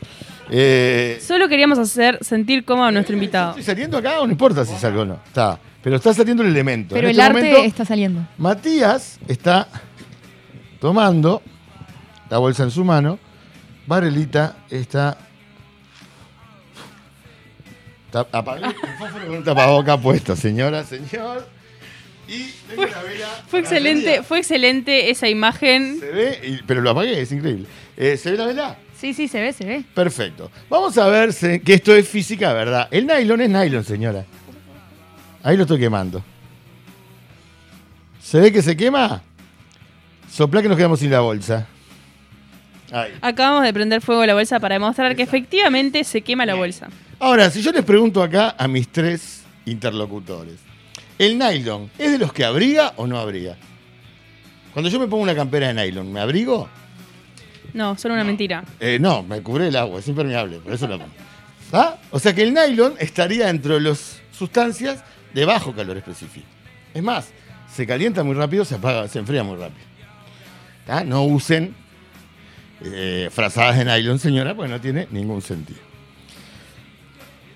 Speaker 5: Eh,
Speaker 2: Solo queríamos hacer sentir cómodo a nuestro invitado.
Speaker 5: ¿Estoy saliendo acá o no importa si salgo o no? Está. Pero está saliendo el elemento.
Speaker 4: Pero
Speaker 5: En
Speaker 4: el
Speaker 5: este
Speaker 4: arte
Speaker 5: momento,
Speaker 4: está saliendo.
Speaker 5: Matías está tomando la bolsa en su mano. Varelita está. Ta- Apagué el fósforo con un tapaboca puesto, señora, señor. Y tengo una vela.
Speaker 2: Fue
Speaker 5: para la
Speaker 2: excelente,
Speaker 5: media.
Speaker 2: fue excelente esa imagen.
Speaker 5: Se ve, y- pero lo apagué, es increíble. Eh, ¿Se ve la vela?
Speaker 4: Sí, sí, se ve, se ve.
Speaker 5: Perfecto. Vamos a ver se- que esto es física, ¿verdad? El nylon es nylon, señora. Ahí lo estoy quemando. ¿Se ve que se quema? Sopla que nos quedamos sin la bolsa. Ahí.
Speaker 2: Acabamos de prender fuego a la bolsa para demostrar que efectivamente se quema la bolsa.
Speaker 5: Ahora, si yo les pregunto acá a mis tres interlocutores, ¿el nylon es de los que abriga o no abriga? Cuando yo me pongo una campera de nylon, ¿me abrigo?
Speaker 2: No, solo una mentira.
Speaker 5: Eh, no, me cubre el agua, es impermeable, por eso lo pongo. ¿Ah? O sea que el nylon estaría entre las sustancias de bajo calor específico. Es más, se calienta muy rápido, se apaga, se enfría muy rápido. ¿Tá? No usen eh, frazadas de nylon, señora, porque no tiene ningún sentido.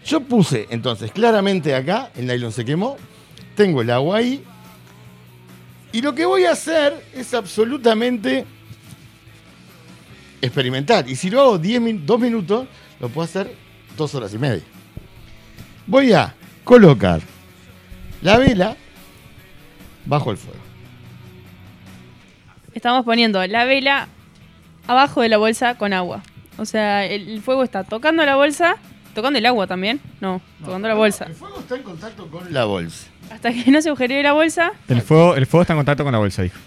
Speaker 5: Yo puse entonces claramente acá, el nylon se quemó, tengo el agua ahí, y lo que voy a hacer es absolutamente experimentar. Y si lo hago 10 min- dos minutos, lo puedo hacer dos horas y media. Voy a colocar la vela bajo el fuego.
Speaker 2: Estamos poniendo la vela abajo de la bolsa con agua. O sea, el, el fuego está tocando la bolsa, tocando el agua también. No, tocando la bolsa.
Speaker 5: El fuego está en contacto con la bolsa.
Speaker 2: Hasta que no se agujeree la bolsa,
Speaker 3: El fuego, el fuego está en contacto con la bolsa, dijo.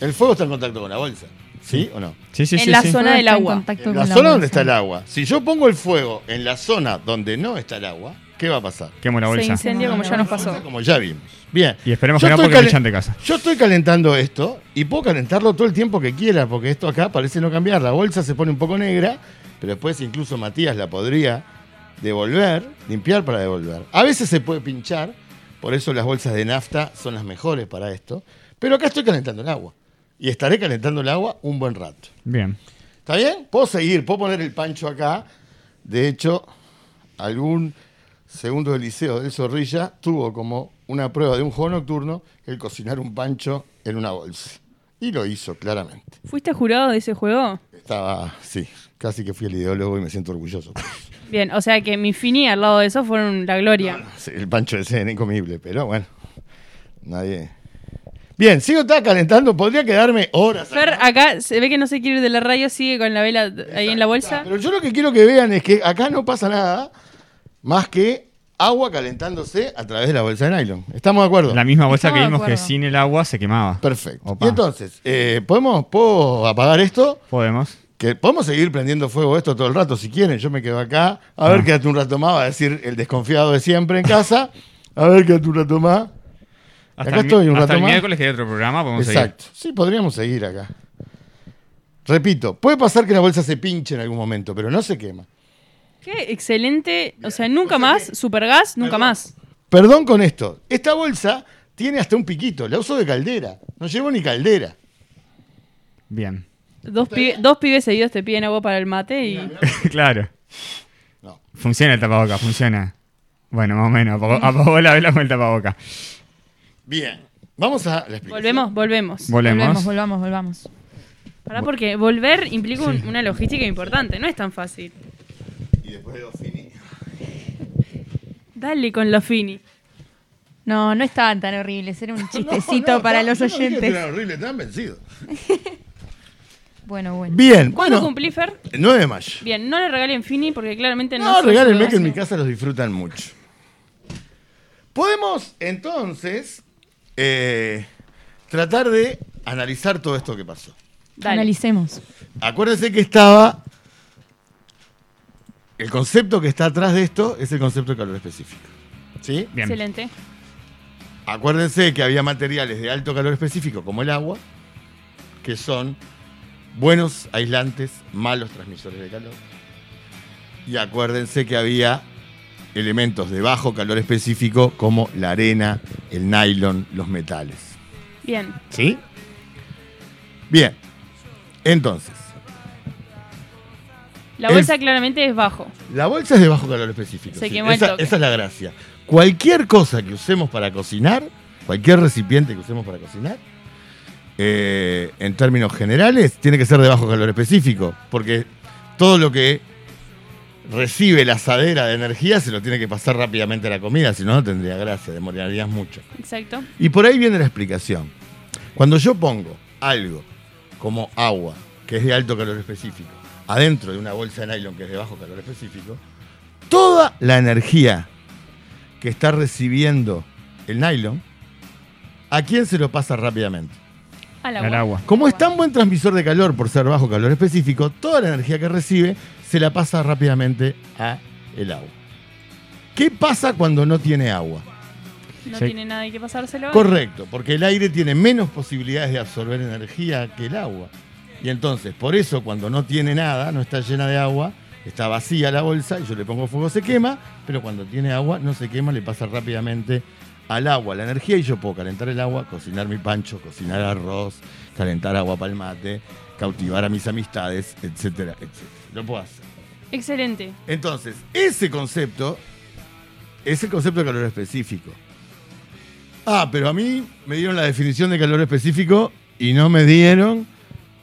Speaker 5: El fuego está en contacto con la bolsa. ¿Sí o no?
Speaker 3: Sí, sí,
Speaker 2: En
Speaker 3: sí.
Speaker 2: la
Speaker 3: sí.
Speaker 2: zona
Speaker 4: Ah,
Speaker 2: del
Speaker 4: está en
Speaker 2: agua.
Speaker 4: contacto
Speaker 5: En
Speaker 4: con
Speaker 5: la
Speaker 4: la
Speaker 5: zona
Speaker 4: bolsa.
Speaker 5: donde está el agua. Si yo pongo el fuego en la zona donde no está el agua, ¿qué va a pasar?
Speaker 3: Quemo la
Speaker 2: se
Speaker 3: bolsa.
Speaker 2: incendia como ya nos pasó.
Speaker 5: Como ya vimos. Bien.
Speaker 3: Y esperemos
Speaker 5: Yo
Speaker 3: que no
Speaker 5: estoy
Speaker 3: porque me
Speaker 5: calen-
Speaker 3: echan de casa.
Speaker 5: Yo estoy calentando esto y puedo calentarlo todo el tiempo que quiera, porque esto acá parece no cambiar. La bolsa se pone un poco negra, pero después incluso Matías la podría devolver, limpiar para devolver. A veces se puede pinchar, por eso las bolsas de nafta son las mejores para esto. Pero acá estoy calentando el agua y estaré calentando el agua un buen rato.
Speaker 3: Bien.
Speaker 5: ¿Está bien? Puedo seguir, puedo poner el pancho acá. De hecho, algún segundo del liceo del Zorrilla tuvo como una prueba de un juego nocturno el cocinar un pancho en una bolsa. Y lo hizo, claramente.
Speaker 2: ¿Fuiste jurado de ese juego?
Speaker 5: Estaba, sí, casi que fui el ideólogo y me siento orgulloso. [laughs]
Speaker 2: Bien, o sea que mi fini al lado de eso fueron la gloria.
Speaker 5: Sí, el pancho ese era incomible, pero bueno, nadie... Bien, sigo está calentando, podría quedarme horas.
Speaker 2: Fer, acá se ve que no se quiere ir de la radio, sigue con la vela ahí en la bolsa.
Speaker 5: Pero yo lo que quiero que vean es que acá no pasa nada más que agua calentándose a través de la bolsa de nylon. ¿Estamos de acuerdo?
Speaker 3: La misma bolsa
Speaker 4: Estamos
Speaker 3: que
Speaker 4: de
Speaker 3: vimos que
Speaker 4: acuerdo.
Speaker 3: sin el agua se quemaba.
Speaker 5: Perfecto.
Speaker 3: Opa.
Speaker 5: Y entonces, eh, ¿podemos, ¿puedo apagar esto?
Speaker 3: Podemos.
Speaker 5: Que podemos seguir prendiendo fuego esto todo el rato si quieren. Yo me quedo acá. A
Speaker 3: Ah.
Speaker 5: ver, quédate un rato más, va a decir el desconfiado de siempre en casa. A ver, quédate un rato más.
Speaker 3: Hasta
Speaker 5: Acá
Speaker 3: el mi-
Speaker 5: estoy un
Speaker 3: hasta
Speaker 5: rato
Speaker 3: el
Speaker 5: más.
Speaker 3: miércoles que hay otro programa, podemos seguir.
Speaker 5: Exacto. Sí, podríamos seguir acá. Repito, puede pasar que la bolsa se pinche en algún momento, pero no se quema.
Speaker 2: Qué excelente. O sea, nunca más, supergas, nunca más.
Speaker 5: Perdón con esto. Esta bolsa tiene hasta un piquito. La uso de caldera. No llevo ni caldera.
Speaker 3: Bien.
Speaker 2: Dos, pibe- dos pibes seguidos te piden agua para el mate y...
Speaker 3: claro.
Speaker 5: No.
Speaker 3: Funciona el tapaboca, funciona. Bueno, más o menos. Apagó, apagó la vela con el tapaboca.
Speaker 5: Bien. Vamos a la explicación.
Speaker 2: Volvemos, volvemos.
Speaker 3: Volvemos.
Speaker 4: Volvemos, volvamos, volvamos.
Speaker 2: Pará, porque volver implica un- una logística importante, no es tan fácil.
Speaker 5: Y después de los fini.
Speaker 2: Dale con los fini.
Speaker 4: No, no estaban tan horribles, era un chistecito
Speaker 5: [laughs] No, no,
Speaker 4: para
Speaker 5: no,
Speaker 4: los
Speaker 5: no dije que
Speaker 4: oyentes.
Speaker 5: era horrible, te han vencido.
Speaker 4: [laughs] Bueno, bueno.
Speaker 5: Bien,
Speaker 2: ¿Cuándo
Speaker 5: bueno.
Speaker 2: cumplí, Fer?
Speaker 5: el 9 de mayo.
Speaker 2: Bien, no le regalen fini porque claramente no...
Speaker 5: No,
Speaker 2: soy
Speaker 5: regálenme
Speaker 2: judía.
Speaker 5: que en mi casa los disfrutan mucho. Podemos entonces eh, tratar de analizar todo esto que pasó.
Speaker 2: Dale.
Speaker 4: Analicemos.
Speaker 5: Acuérdense que estaba. El concepto que está atrás de esto es el concepto de calor específico. ¿Sí?
Speaker 3: Bien.
Speaker 2: Excelente.
Speaker 5: Acuérdense que había materiales de alto calor específico, como el agua, que son buenos aislantes, malos transmisores de calor. Y acuérdense que había elementos de bajo calor específico, como la arena, el nylon, los metales.
Speaker 2: Bien.
Speaker 5: ¿Sí? Bien. Entonces,
Speaker 2: La
Speaker 5: El-
Speaker 2: bolsa claramente es bajo.
Speaker 5: La bolsa es de bajo calor específico.
Speaker 2: Se
Speaker 5: sí.
Speaker 2: quemó el
Speaker 5: Esa,
Speaker 2: toque.
Speaker 5: esa es la gracia. Cualquier cosa que usemos para cocinar, cualquier recipiente que usemos para cocinar, eh, en términos generales, tiene que ser de bajo calor específico. Porque todo lo que recibe la asadera de energía se lo tiene que pasar rápidamente a la comida, si no, no tendría gracia, demorarías mucho.
Speaker 2: Exacto.
Speaker 5: Y por ahí viene la explicación. Cuando yo pongo algo como agua, que es de alto calor específico, adentro de una bolsa de nylon que es de bajo calor específico, toda la energía que está recibiendo el nylon, ¿a quién se lo pasa rápidamente?
Speaker 2: Al agua.
Speaker 3: Al agua.
Speaker 5: Como es tan buen transmisor de calor por ser bajo calor específico, toda la energía que recibe se la pasa rápidamente a el agua. ¿Qué pasa cuando no tiene agua?
Speaker 2: No
Speaker 3: Sí.
Speaker 2: tiene nada que pasárselo.
Speaker 5: Correcto, porque el aire tiene menos posibilidades de absorber energía que el agua. Y entonces, por eso cuando no tiene nada, no está llena de agua, está vacía la bolsa y yo le pongo fuego, se quema, pero cuando tiene agua no se quema, le pasa rápidamente al agua la energía y yo puedo calentar el agua, cocinar mi pancho, cocinar arroz, calentar agua para el mate, cautivar a mis amistades, etcétera, etcétera. Lo puedo hacer.
Speaker 2: Excelente.
Speaker 5: Entonces, ese concepto es el concepto de calor específico. Ah, pero a mí me dieron la definición de calor específico y no me dieron,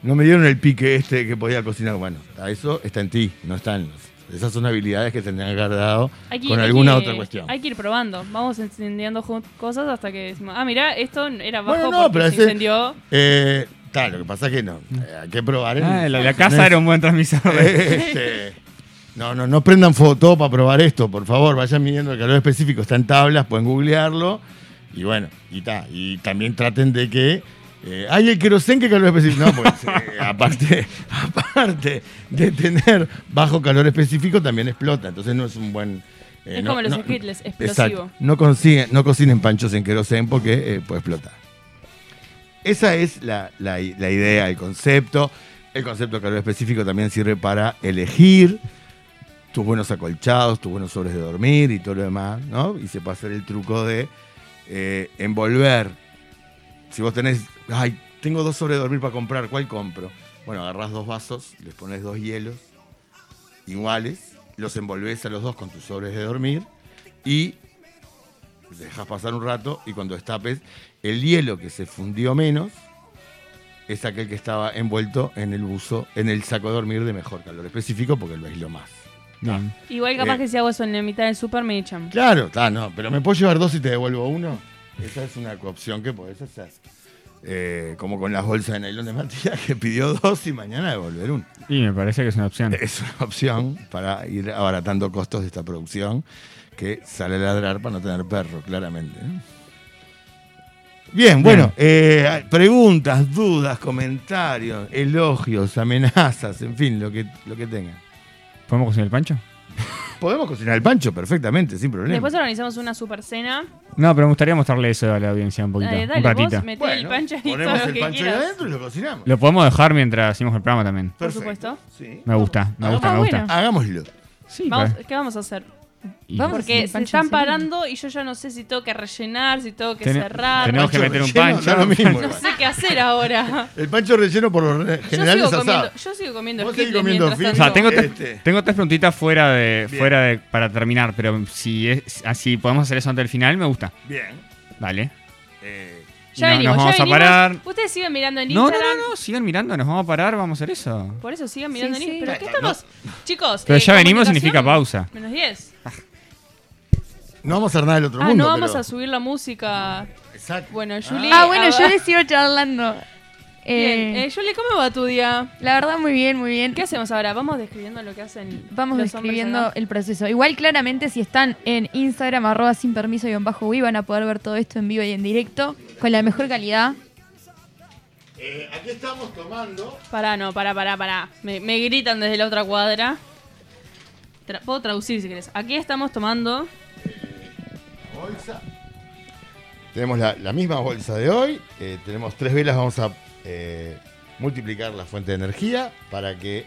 Speaker 5: no me dieron el pique este que podía cocinar. Bueno, a eso está en ti, no está en los- Esas son habilidades que tendrían que haber dado
Speaker 2: Hay que-
Speaker 5: con
Speaker 2: hay
Speaker 5: alguna
Speaker 2: que-
Speaker 5: otra cuestión.
Speaker 2: Hay que ir probando. Vamos encendiendo ju- cosas hasta que decimos, ah, mirá, esto era bajo
Speaker 5: Bueno, no,
Speaker 2: porque
Speaker 5: pero
Speaker 2: se
Speaker 5: ese-
Speaker 2: incendió.
Speaker 5: Eh, tal, lo que pasa es que no. eh, hay que probar. el-
Speaker 3: Mm. Ah, la, la casa era un buen transmisor.
Speaker 5: Este, no, no, no prendan foto para probar esto, por favor. Vayan midiendo el calor específico. Está en tablas, pueden googlearlo. Y bueno, y ta. Y también traten de que. eh, ¡Ay, el querosén, qué calor específico! No, pues
Speaker 2: [laughs]
Speaker 5: eh, aparte, aparte de tener bajo calor específico, también explota. Entonces no es un buen. eh,
Speaker 2: Es
Speaker 5: no-
Speaker 2: como los
Speaker 5: no-
Speaker 2: esquitles, explosivo.
Speaker 5: Exacto. No, consiguen, no cocinen panchos en querosén porque eh, puede explotar. Esa es la, la i- la idea, el concepto. El concepto de calor específico también sirve para elegir tus buenos acolchados, tus buenos sobres de dormir y todo lo demás, ¿no? Y se puede hacer el truco de eh, envolver. Si vos tenés, ay, tengo dos sobres de dormir para comprar, ¿cuál compro? Bueno, agarrás dos vasos, les pones dos hielos iguales, los envolvés a los dos con tus sobres de dormir y dejas pasar un rato y cuando destapes, el hielo que se fundió menos es aquel que estaba envuelto en el buzo, en el saco de dormir de mejor calor específico porque lo aisló más.
Speaker 3: Bien.
Speaker 2: Igual capaz
Speaker 5: Eh.
Speaker 2: que si hago eso en la mitad del super me echan.
Speaker 5: Claro, está, no, pero ¿me puedo llevar dos y te devuelvo uno? Esa es una opción que podés hacer. Eh, como con las bolsas de nylon de Matías que pidió dos y mañana devolver uno.
Speaker 3: Y me parece que es una opción.
Speaker 5: Es una [laughs] opción para ir abaratando costos de esta producción que sale a ladrar para no tener perro, claramente. ¿no? Bien, bueno, eh, preguntas, dudas, comentarios, elogios, amenazas, en fin, lo que, lo que tengan.
Speaker 3: ¿Podemos cocinar el pancho?
Speaker 5: Podemos cocinar el pancho perfectamente, sin problema.
Speaker 2: Después organizamos una super cena. Eh,
Speaker 3: No, pero me gustaría mostrarle eso a la audiencia un poquito.
Speaker 2: Dale,
Speaker 3: un
Speaker 2: dale,
Speaker 3: ratito.
Speaker 2: vos metés el
Speaker 5: Bueno,
Speaker 2: pancho y todo
Speaker 5: ponemos
Speaker 2: lo
Speaker 5: el
Speaker 2: que
Speaker 5: pancho ahí
Speaker 2: quieras.
Speaker 5: adentro y lo cocinamos.
Speaker 3: Lo podemos dejar mientras hacemos el programa también.
Speaker 2: Por
Speaker 5: Perfecto.
Speaker 2: supuesto.
Speaker 5: Sí.
Speaker 3: Me gusta, me
Speaker 5: Ah,
Speaker 3: gusta, me gusta.
Speaker 4: bueno.
Speaker 5: Hagámoslo.
Speaker 3: Sí,
Speaker 2: Vamos,
Speaker 3: pa-
Speaker 2: ¿Qué vamos a hacer?
Speaker 3: y-
Speaker 4: Vamos.
Speaker 2: Porque
Speaker 4: el
Speaker 2: se
Speaker 4: pancho
Speaker 2: están
Speaker 4: en serio.
Speaker 2: parando y yo ya no sé si tengo que rellenar, si tengo que
Speaker 3: Ten-
Speaker 2: cerrar.
Speaker 3: tenemos que meter un
Speaker 5: relleno,
Speaker 3: pancho.
Speaker 5: da lo mismo,
Speaker 2: No
Speaker 5: igual.
Speaker 2: sé qué hacer ahora.
Speaker 5: El pancho relleno por lo re-
Speaker 2: Yo
Speaker 5: general
Speaker 2: sigo,
Speaker 5: es
Speaker 2: comiendo,
Speaker 5: asado.
Speaker 2: yo sigo comiendo
Speaker 5: Vos
Speaker 2: esquites
Speaker 5: seguís comiendo
Speaker 2: mientras
Speaker 5: fideos.
Speaker 3: O sea,
Speaker 2: tanto.
Speaker 3: tengo, tres-
Speaker 5: Este.
Speaker 3: tengo tres preguntitas fuera de,
Speaker 5: Bien.
Speaker 3: fuera de, para terminar, pero si es así, podemos hacer eso antes del final, me gusta.
Speaker 5: Bien.
Speaker 3: Dale.
Speaker 5: Eh,
Speaker 2: Ya
Speaker 3: No,
Speaker 2: venimos, ya
Speaker 3: nos vamos a
Speaker 2: venimos.
Speaker 3: parar.
Speaker 2: Ustedes siguen mirando en
Speaker 3: No, no,
Speaker 2: Instagram.
Speaker 3: no, no, sigan mirando, nos vamos a parar, vamos a hacer eso.
Speaker 2: Por eso sigan mirando
Speaker 4: Sí,
Speaker 2: en
Speaker 4: sí.
Speaker 2: Instagram. ¿Pero qué estamos? Chicos.
Speaker 3: Pero
Speaker 2: eh,
Speaker 3: ya venimos
Speaker 2: comunicación,
Speaker 3: significa pausa.
Speaker 2: Menos 10.
Speaker 5: no vamos a hacer nada del otro
Speaker 2: Ah,
Speaker 5: mundo.
Speaker 2: no vamos
Speaker 5: pero-
Speaker 2: a subir la música.
Speaker 5: Exacto.
Speaker 2: Bueno, Julie.
Speaker 4: Ah, bueno, yo
Speaker 2: ahora-
Speaker 4: les sigo charlando. Eh,
Speaker 2: Bien, eh, Julie, ¿cómo va tu día?
Speaker 4: la verdad, muy bien, muy bien.
Speaker 2: ¿Qué hacemos ahora? Vamos describiendo lo que hacen.
Speaker 4: Vamos
Speaker 2: los hombres
Speaker 4: describiendo
Speaker 2: acá.
Speaker 4: el proceso. Igual claramente si están en Instagram, arroba sin permiso y en bajo Wii, van a poder ver todo esto en vivo y en directo, con la mejor calidad.
Speaker 5: Eh, aquí estamos tomando.
Speaker 2: Pará, no, pará, pará, pará. Me, me gritan desde la otra cuadra. Tra- puedo traducir si querés. Aquí estamos tomando.
Speaker 5: bolsa. Tenemos la, la misma bolsa de hoy. eh, tenemos tres velas. Vamos a eh, multiplicar la fuente de energía para que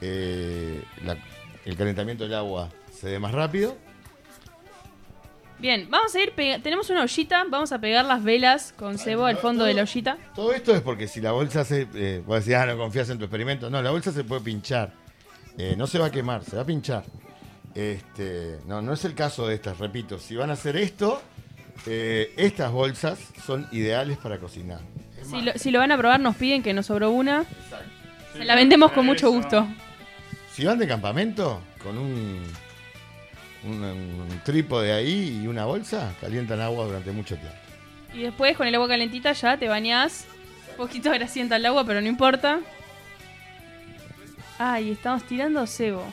Speaker 5: eh, la- el calentamiento del agua se dé más rápido.
Speaker 2: Bien, vamos a ir. pega- Tenemos una ollita. Vamos a pegar las velas con cebo al fondo de la ollita.
Speaker 5: Todo esto es porque si la bolsa se. eh, vos decís, ah, no confías en tu experimento. No, la bolsa se puede pinchar. Eh, no se va a quemar, se va a pinchar. Este, no, no es el caso de estas, repito. Si van a hacer esto, eh, estas bolsas son ideales para cocinar. Es
Speaker 2: Si
Speaker 5: más,
Speaker 2: lo, si lo van a probar, nos piden que nos sobró una.
Speaker 5: exacto.
Speaker 2: Se la vendemos con mucho gusto.
Speaker 5: Si van de campamento, con un, un, un trípode ahí y una bolsa, calientan agua durante mucho tiempo.
Speaker 2: Y después con el agua calentita ya te bañás. Un poquito grasienta el agua, pero no importa. Ay, estamos tirando cebo.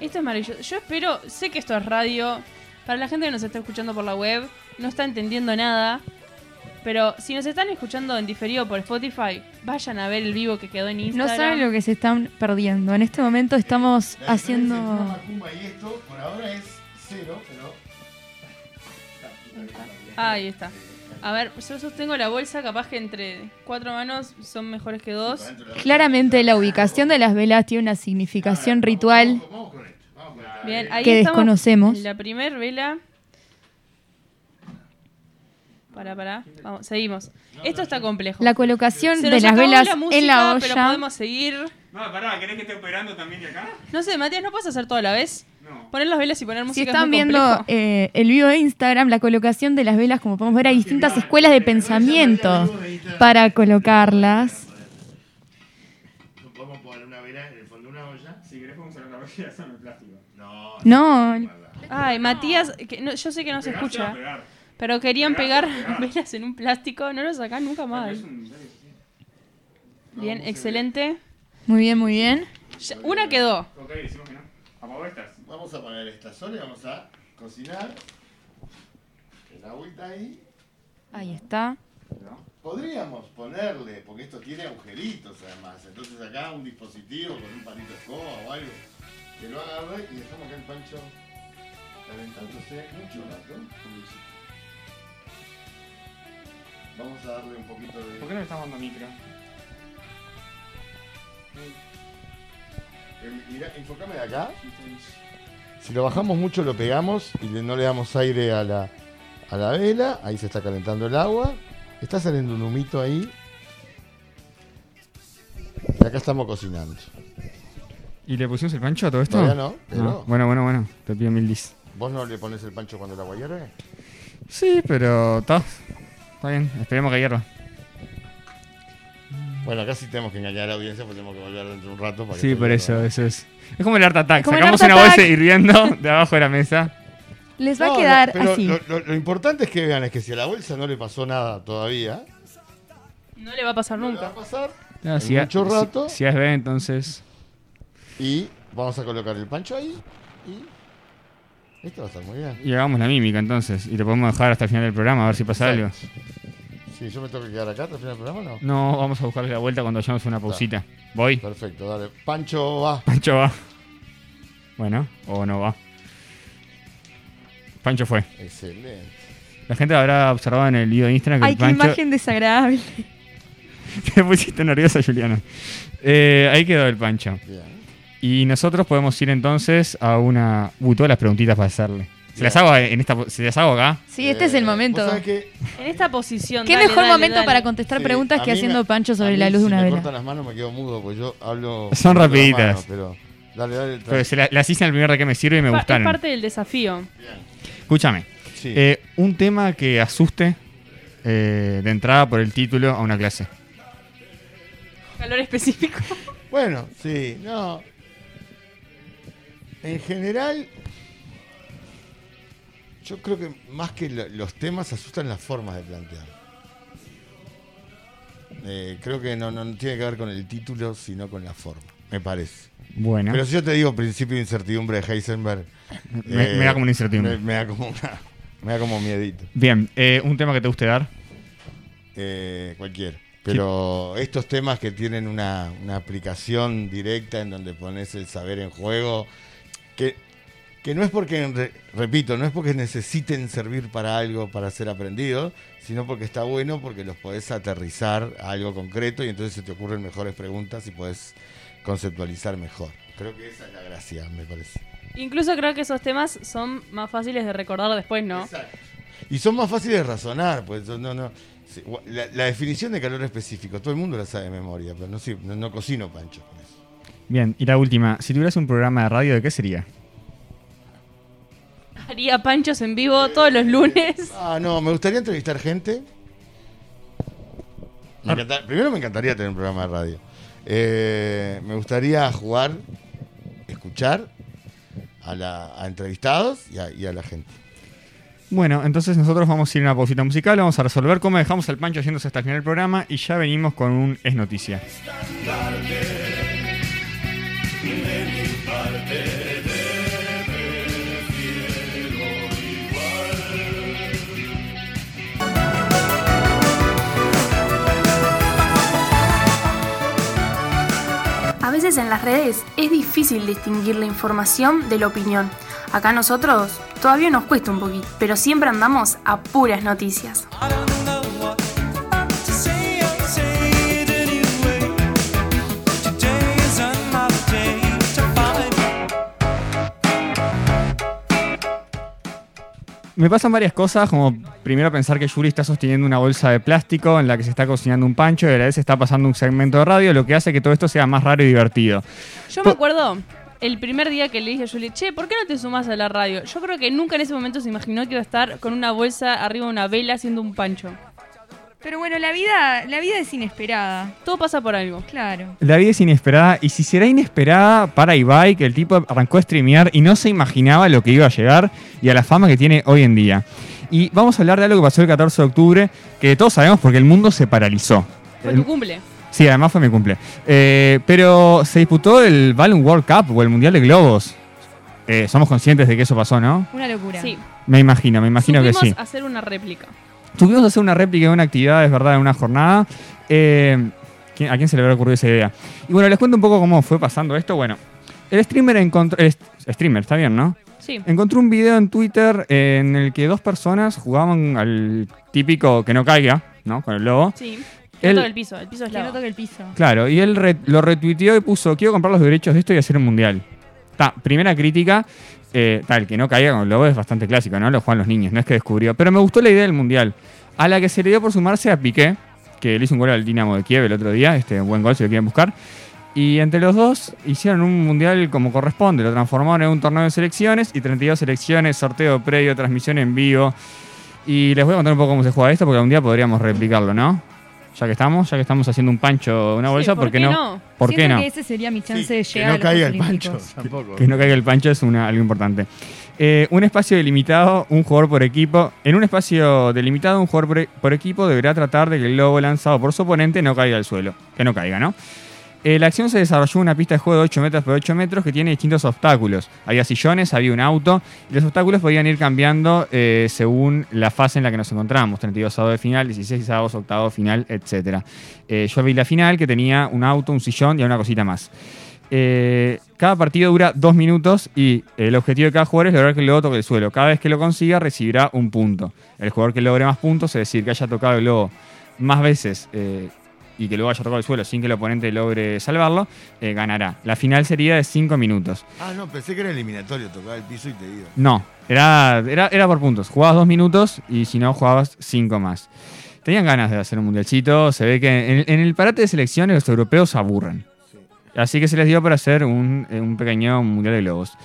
Speaker 2: Esto es maravilloso. Yo espero, sé que esto es radio. Para la gente que nos está escuchando por la web, no está entendiendo nada. Pero si nos están escuchando en diferido por Spotify, vayan a ver el vivo que quedó en
Speaker 4: No
Speaker 2: Instagram.
Speaker 4: saben lo que se están perdiendo. En este momento estamos
Speaker 5: La
Speaker 4: haciendo.
Speaker 5: diferencia entre una macumba y esto por ahora es cero, pero
Speaker 2: Ah, Ahí está. A ver, yo sostengo la bolsa, capaz que entre cuatro manos son mejores que dos.
Speaker 4: Claramente la ubicación de las velas tiene una significación ritual.
Speaker 2: Bien, ahí
Speaker 4: Que
Speaker 2: estamos
Speaker 4: desconocemos.
Speaker 2: en La primer vela. Para, para. Vamos, seguimos. Esto está complejo.
Speaker 4: La colocación
Speaker 2: Se
Speaker 4: de
Speaker 2: nos
Speaker 4: las
Speaker 2: acabó
Speaker 4: velas
Speaker 2: la música,
Speaker 4: en la
Speaker 2: Pero
Speaker 4: olla.
Speaker 2: podemos seguir.
Speaker 3: No, pará, ¿querés que esté operando también de acá?
Speaker 2: No sé, Matías, ¿no puedes hacer todo a la vez?
Speaker 3: No.
Speaker 2: Poner las velas y poner música.
Speaker 4: Si
Speaker 2: es
Speaker 4: están
Speaker 2: muy
Speaker 4: viendo
Speaker 2: complejo.
Speaker 4: eh, el vivo de Instagram, la colocación de las velas, como podemos ver, hay distintas escuelas de pensamiento para colocarlas.
Speaker 5: Vamos a poner una vela en el fondo de una olla.
Speaker 3: Si querés podemos cerrar la [laughs] vajilla, son el plástico.
Speaker 5: No.
Speaker 4: No,
Speaker 2: Ay, Matías, que no- yo sé que no se escucha. Pero querían pegar [laughs]
Speaker 3: Pegar, pegar.
Speaker 2: velas en un plástico. No lo sacan nunca más. Bien, excelente.
Speaker 4: muy bien, muy bien.
Speaker 2: Ya- una quedó.
Speaker 3: Ok, decimos que no. Apagó estas.
Speaker 5: Vamos a poner esta sola y vamos a cocinar. El agüita ahí.
Speaker 4: Ahí está.
Speaker 5: Podríamos ponerle, porque esto tiene agujeritos además. Entonces acá un dispositivo con un palito de escoba o algo que lo agarre y dejamos acá el pancho calentándose mucho rato. Vamos a darle un poquito de.
Speaker 3: ¿Por qué no le estamos dando micro?
Speaker 5: El- mirá, Eh, enfócame de acá. Si lo bajamos mucho lo pegamos y le- no le damos aire a la, a la vela. Ahí se está calentando el agua. Está saliendo un humito ahí. Y acá estamos cocinando.
Speaker 3: ¿Y le pusimos el pancho a todo esto? Ah,
Speaker 5: Todavía no, pero-
Speaker 3: Bueno, bueno, bueno. Te pido mil dis.
Speaker 5: ¿Vos no le pones el pancho cuando el agua hierve?
Speaker 3: Sí, pero está. Está bien, esperemos que hierva.
Speaker 5: Bueno, acá sí tenemos que engañar a la audiencia porque tenemos que volver dentro de un rato. Para que
Speaker 3: Sí,
Speaker 5: todo
Speaker 3: por
Speaker 5: hierva.
Speaker 3: eso, eso es. Es como el Art Attack.
Speaker 4: Es como el
Speaker 3: Sacamos
Speaker 4: Art
Speaker 3: una
Speaker 4: Attack.
Speaker 3: bolsa hirviendo de abajo de la mesa.
Speaker 4: Les va
Speaker 5: No,
Speaker 4: a quedar
Speaker 5: no, pero
Speaker 4: así.
Speaker 5: Lo, lo- lo importante es que vean es que si a la bolsa no le pasó nada todavía,
Speaker 2: No le va a pasar
Speaker 5: no le va
Speaker 2: nunca.
Speaker 5: a pasar.
Speaker 3: No,
Speaker 5: En
Speaker 3: a-
Speaker 5: mucho rato.
Speaker 3: Si, si es B, entonces.
Speaker 5: Y vamos a colocar el pancho ahí. Y esto va a estar muy bien.
Speaker 3: Y hagamos la mímica entonces. Y lo podemos dejar hasta el final del programa a ver si pasa algo.
Speaker 5: Sí, yo me tengo que quedar acá hasta el final del programa, ¿no?
Speaker 3: No, vamos a buscarle la vuelta cuando hayamos una pausita. Voy.
Speaker 5: Perfecto, dale. Pancho va.
Speaker 3: Pancho va. Bueno, o no va. Pancho fue.
Speaker 5: Excelente.
Speaker 3: La gente habrá observado en el video de Instagram que
Speaker 4: Ay,
Speaker 3: el
Speaker 4: qué
Speaker 3: Pancho.
Speaker 4: imagen desagradable.
Speaker 3: [laughs] Te pusiste nerviosa, Juliana. Eh, ahí quedó el Pancho.
Speaker 5: Bien.
Speaker 3: Y nosotros podemos ir entonces a una. Uh, todas las preguntitas para hacerle. Se las hago en esta. Se las hago acá.
Speaker 4: Sí, este es el
Speaker 5: Eh,
Speaker 4: momento.
Speaker 5: ¿vos sabés qué?
Speaker 2: En esta posición.
Speaker 4: Qué
Speaker 2: dale,
Speaker 4: mejor
Speaker 2: dale,
Speaker 4: momento
Speaker 2: dale.
Speaker 4: para contestar
Speaker 5: Sí,
Speaker 4: preguntas
Speaker 5: a
Speaker 4: que
Speaker 5: mí
Speaker 4: haciendo
Speaker 5: me-
Speaker 4: Pancho
Speaker 5: a
Speaker 4: sobre
Speaker 5: mí
Speaker 4: la luz
Speaker 5: si
Speaker 4: de una
Speaker 5: me
Speaker 4: vela.
Speaker 5: cortan las manos me quedo mudo porque yo hablo.
Speaker 3: Son
Speaker 5: con las
Speaker 3: rapiditas.
Speaker 5: manos, pero dale, dale.
Speaker 3: Porque se la- las hice en el primer de que me sirve y me
Speaker 2: Pa- Es
Speaker 3: gustaron.
Speaker 2: parte del desafío.
Speaker 3: Escúchame.
Speaker 5: Sí.
Speaker 3: Eh, un tema que asuste eh, de entrada por el título a una clase.
Speaker 2: Calor específico. [laughs]
Speaker 5: Bueno, sí, no. En general, yo creo que más que lo- los temas asustan las formas de plantear. Eh, creo que no, no- no tiene que ver con el título, sino con la forma, me parece.
Speaker 3: Bueno.
Speaker 5: Pero si yo te digo principio de incertidumbre de Heisenberg, eh,
Speaker 3: Me- me da como una incertidumbre.
Speaker 5: Me, me da como una- me da como miedito.
Speaker 3: Bien, eh, un tema que te guste dar.
Speaker 5: Eh, cualquiera. Pero estos temas que tienen una, una aplicación directa en donde pones el saber en juego, que, que no es porque, en re- repito, no es porque necesiten servir para algo, para ser aprendidos, sino porque está bueno porque los podés aterrizar a algo concreto y entonces se te ocurren mejores preguntas y podés conceptualizar mejor. Creo que esa es la gracia, me parece.
Speaker 2: Incluso creo que esos temas son más fáciles de recordar después, ¿no?
Speaker 5: Exacto. Y son más fáciles de razonar, pues no, no. sí, gua- La, la definición de calor específico, todo el mundo la sabe de memoria, pero no, sirve, no, no cocino pancho con eso.
Speaker 3: Bien, y la última. Si tuvieras un programa de radio, ¿de qué sería?
Speaker 2: Haría panchos en vivo todos los lunes.
Speaker 3: [laughs]
Speaker 5: Ah, no, me gustaría entrevistar gente. Me encanta- primero me encantaría tener un programa de radio. Eh, me gustaría jugar, escuchar a, la, a entrevistados y a, y a la gente.
Speaker 3: Bueno, entonces nosotros vamos a ir a una pausita musical, vamos a resolver cómo dejamos al pancho yéndose hasta el final del programa y ya venimos con un Es Noticia.
Speaker 1: A veces en las redes es difícil distinguir la información de la opinión. Acá nosotros todavía nos cuesta un poquito, pero siempre andamos a puras noticias.
Speaker 3: Me pasan varias cosas, como primero pensar que Yuri está sosteniendo una bolsa de plástico en la que se está cocinando un pancho y a la vez está pasando un segmento de radio, lo que hace que todo esto sea más raro y divertido.
Speaker 2: Yo
Speaker 3: Po-
Speaker 2: me acuerdo el primer día que le dije a Julie, che, ¿por qué no te sumas a la radio? Yo creo que nunca en ese momento se imaginó que iba a estar con una bolsa arriba de una vela haciendo un pancho.
Speaker 6: Pero bueno, la vida, Ah, la vida es inesperada.
Speaker 2: Todo pasa por algo.
Speaker 6: Claro.
Speaker 3: La vida es inesperada y si será inesperada para Ibai, que el tipo arrancó a streamear y no se imaginaba lo que iba a llegar y a la fama que tiene hoy en día. Y vamos a hablar de algo que pasó el 14 de octubre, que todos sabemos porque el mundo se paralizó.
Speaker 2: Fue
Speaker 3: El-
Speaker 2: tu cumple.
Speaker 3: Sí, además fue mi cumple. Eh, pero se disputó el Balloon World Cup o el Mundial de Globos. Eh, somos conscientes de que eso pasó, ¿no?
Speaker 6: Una locura.
Speaker 2: Sí.
Speaker 3: Me imagino, me imagino
Speaker 2: Supimos
Speaker 3: que sí.
Speaker 2: hacer una réplica.
Speaker 3: Tuvimos hacer una réplica de una actividad, es verdad, en una jornada. Eh, ¿quién- ¿A quién se le habrá ocurrido esa idea? Y bueno, les cuento un poco cómo fue pasando esto. Bueno, el streamer encontró... el est- streamer, está bien, ¿no?
Speaker 2: Sí.
Speaker 3: Encontró un video en Twitter eh, en el que dos personas jugaban al típico que no caiga, ¿no? Con el logo.
Speaker 2: Sí. Que
Speaker 3: El-
Speaker 2: no toque el piso. El piso es
Speaker 6: Que no
Speaker 2: lava.
Speaker 6: toque el piso.
Speaker 3: Claro, y él re- lo retuiteó y puso, quiero comprar los derechos de esto y hacer un mundial. Ta, primera crítica, eh, tal, que no caiga con el lobo es bastante clásico, ¿no? Lo juegan los niños, no es que descubrió. Pero me gustó la idea del mundial, a la que se le dio por sumarse a Piqué, que le hizo un gol al Dinamo de Kiev el otro día, este buen gol si lo quieren buscar. Y entre los dos hicieron un mundial como corresponde, lo transformaron en un torneo de selecciones y 32 selecciones, sorteo previo, transmisión en vivo. Y les voy a contar un poco cómo se juega esto porque algún día podríamos replicarlo, ¿no? Ya que estamos, ya que estamos haciendo un pancho, una
Speaker 2: Sí,
Speaker 3: bolsa,
Speaker 2: ¿por
Speaker 3: ¿por qué
Speaker 2: qué
Speaker 3: no?
Speaker 2: no?
Speaker 3: ¿Por
Speaker 6: Siento
Speaker 3: qué no?
Speaker 6: que ese sería mi chance de
Speaker 5: que
Speaker 6: llegar
Speaker 5: no
Speaker 6: a los
Speaker 5: caiga el
Speaker 6: Juegos
Speaker 5: pancho
Speaker 6: Olímpicos.
Speaker 5: [laughs] tampoco.
Speaker 3: Que no caiga el pancho es una, algo importante. Eh, un espacio delimitado, un jugador por equipo. En un espacio delimitado, un jugador por, por equipo deberá tratar de que el globo lanzado por su oponente no caiga al suelo. Que no caiga, ¿no? Eh, la acción se desarrolló en una pista de juego de 8 metros por 8 metros que tiene distintos obstáculos. Había sillones, había un auto. Y los obstáculos podían ir cambiando eh, según la fase en la que nos encontramos. 32 avos de final, 16 avos, octavo final, etc. Eh, yo vi la final que tenía un auto, un sillón y una cosita más. Eh, cada partido dura dos minutos y el objetivo de cada jugador es lograr que el globo toque el suelo. Cada vez que lo consiga recibirá un punto. El jugador que logre más puntos, es decir, que haya tocado el globo más veces eh, y que luego haya tocado el suelo sin que el oponente logre salvarlo, eh, ganará. La final sería de cinco minutos.
Speaker 5: Ah, no, pensé que era eliminatorio, tocaba el piso y te iba.
Speaker 3: No, era, era, era por puntos. Jugabas dos minutos y si no, jugabas cinco más. Tenían ganas de hacer un mundialcito. Se ve que en, en el parate de selecciones los europeos se aburren. Así que se les dio para hacer un, eh, un pequeño mundial de globos.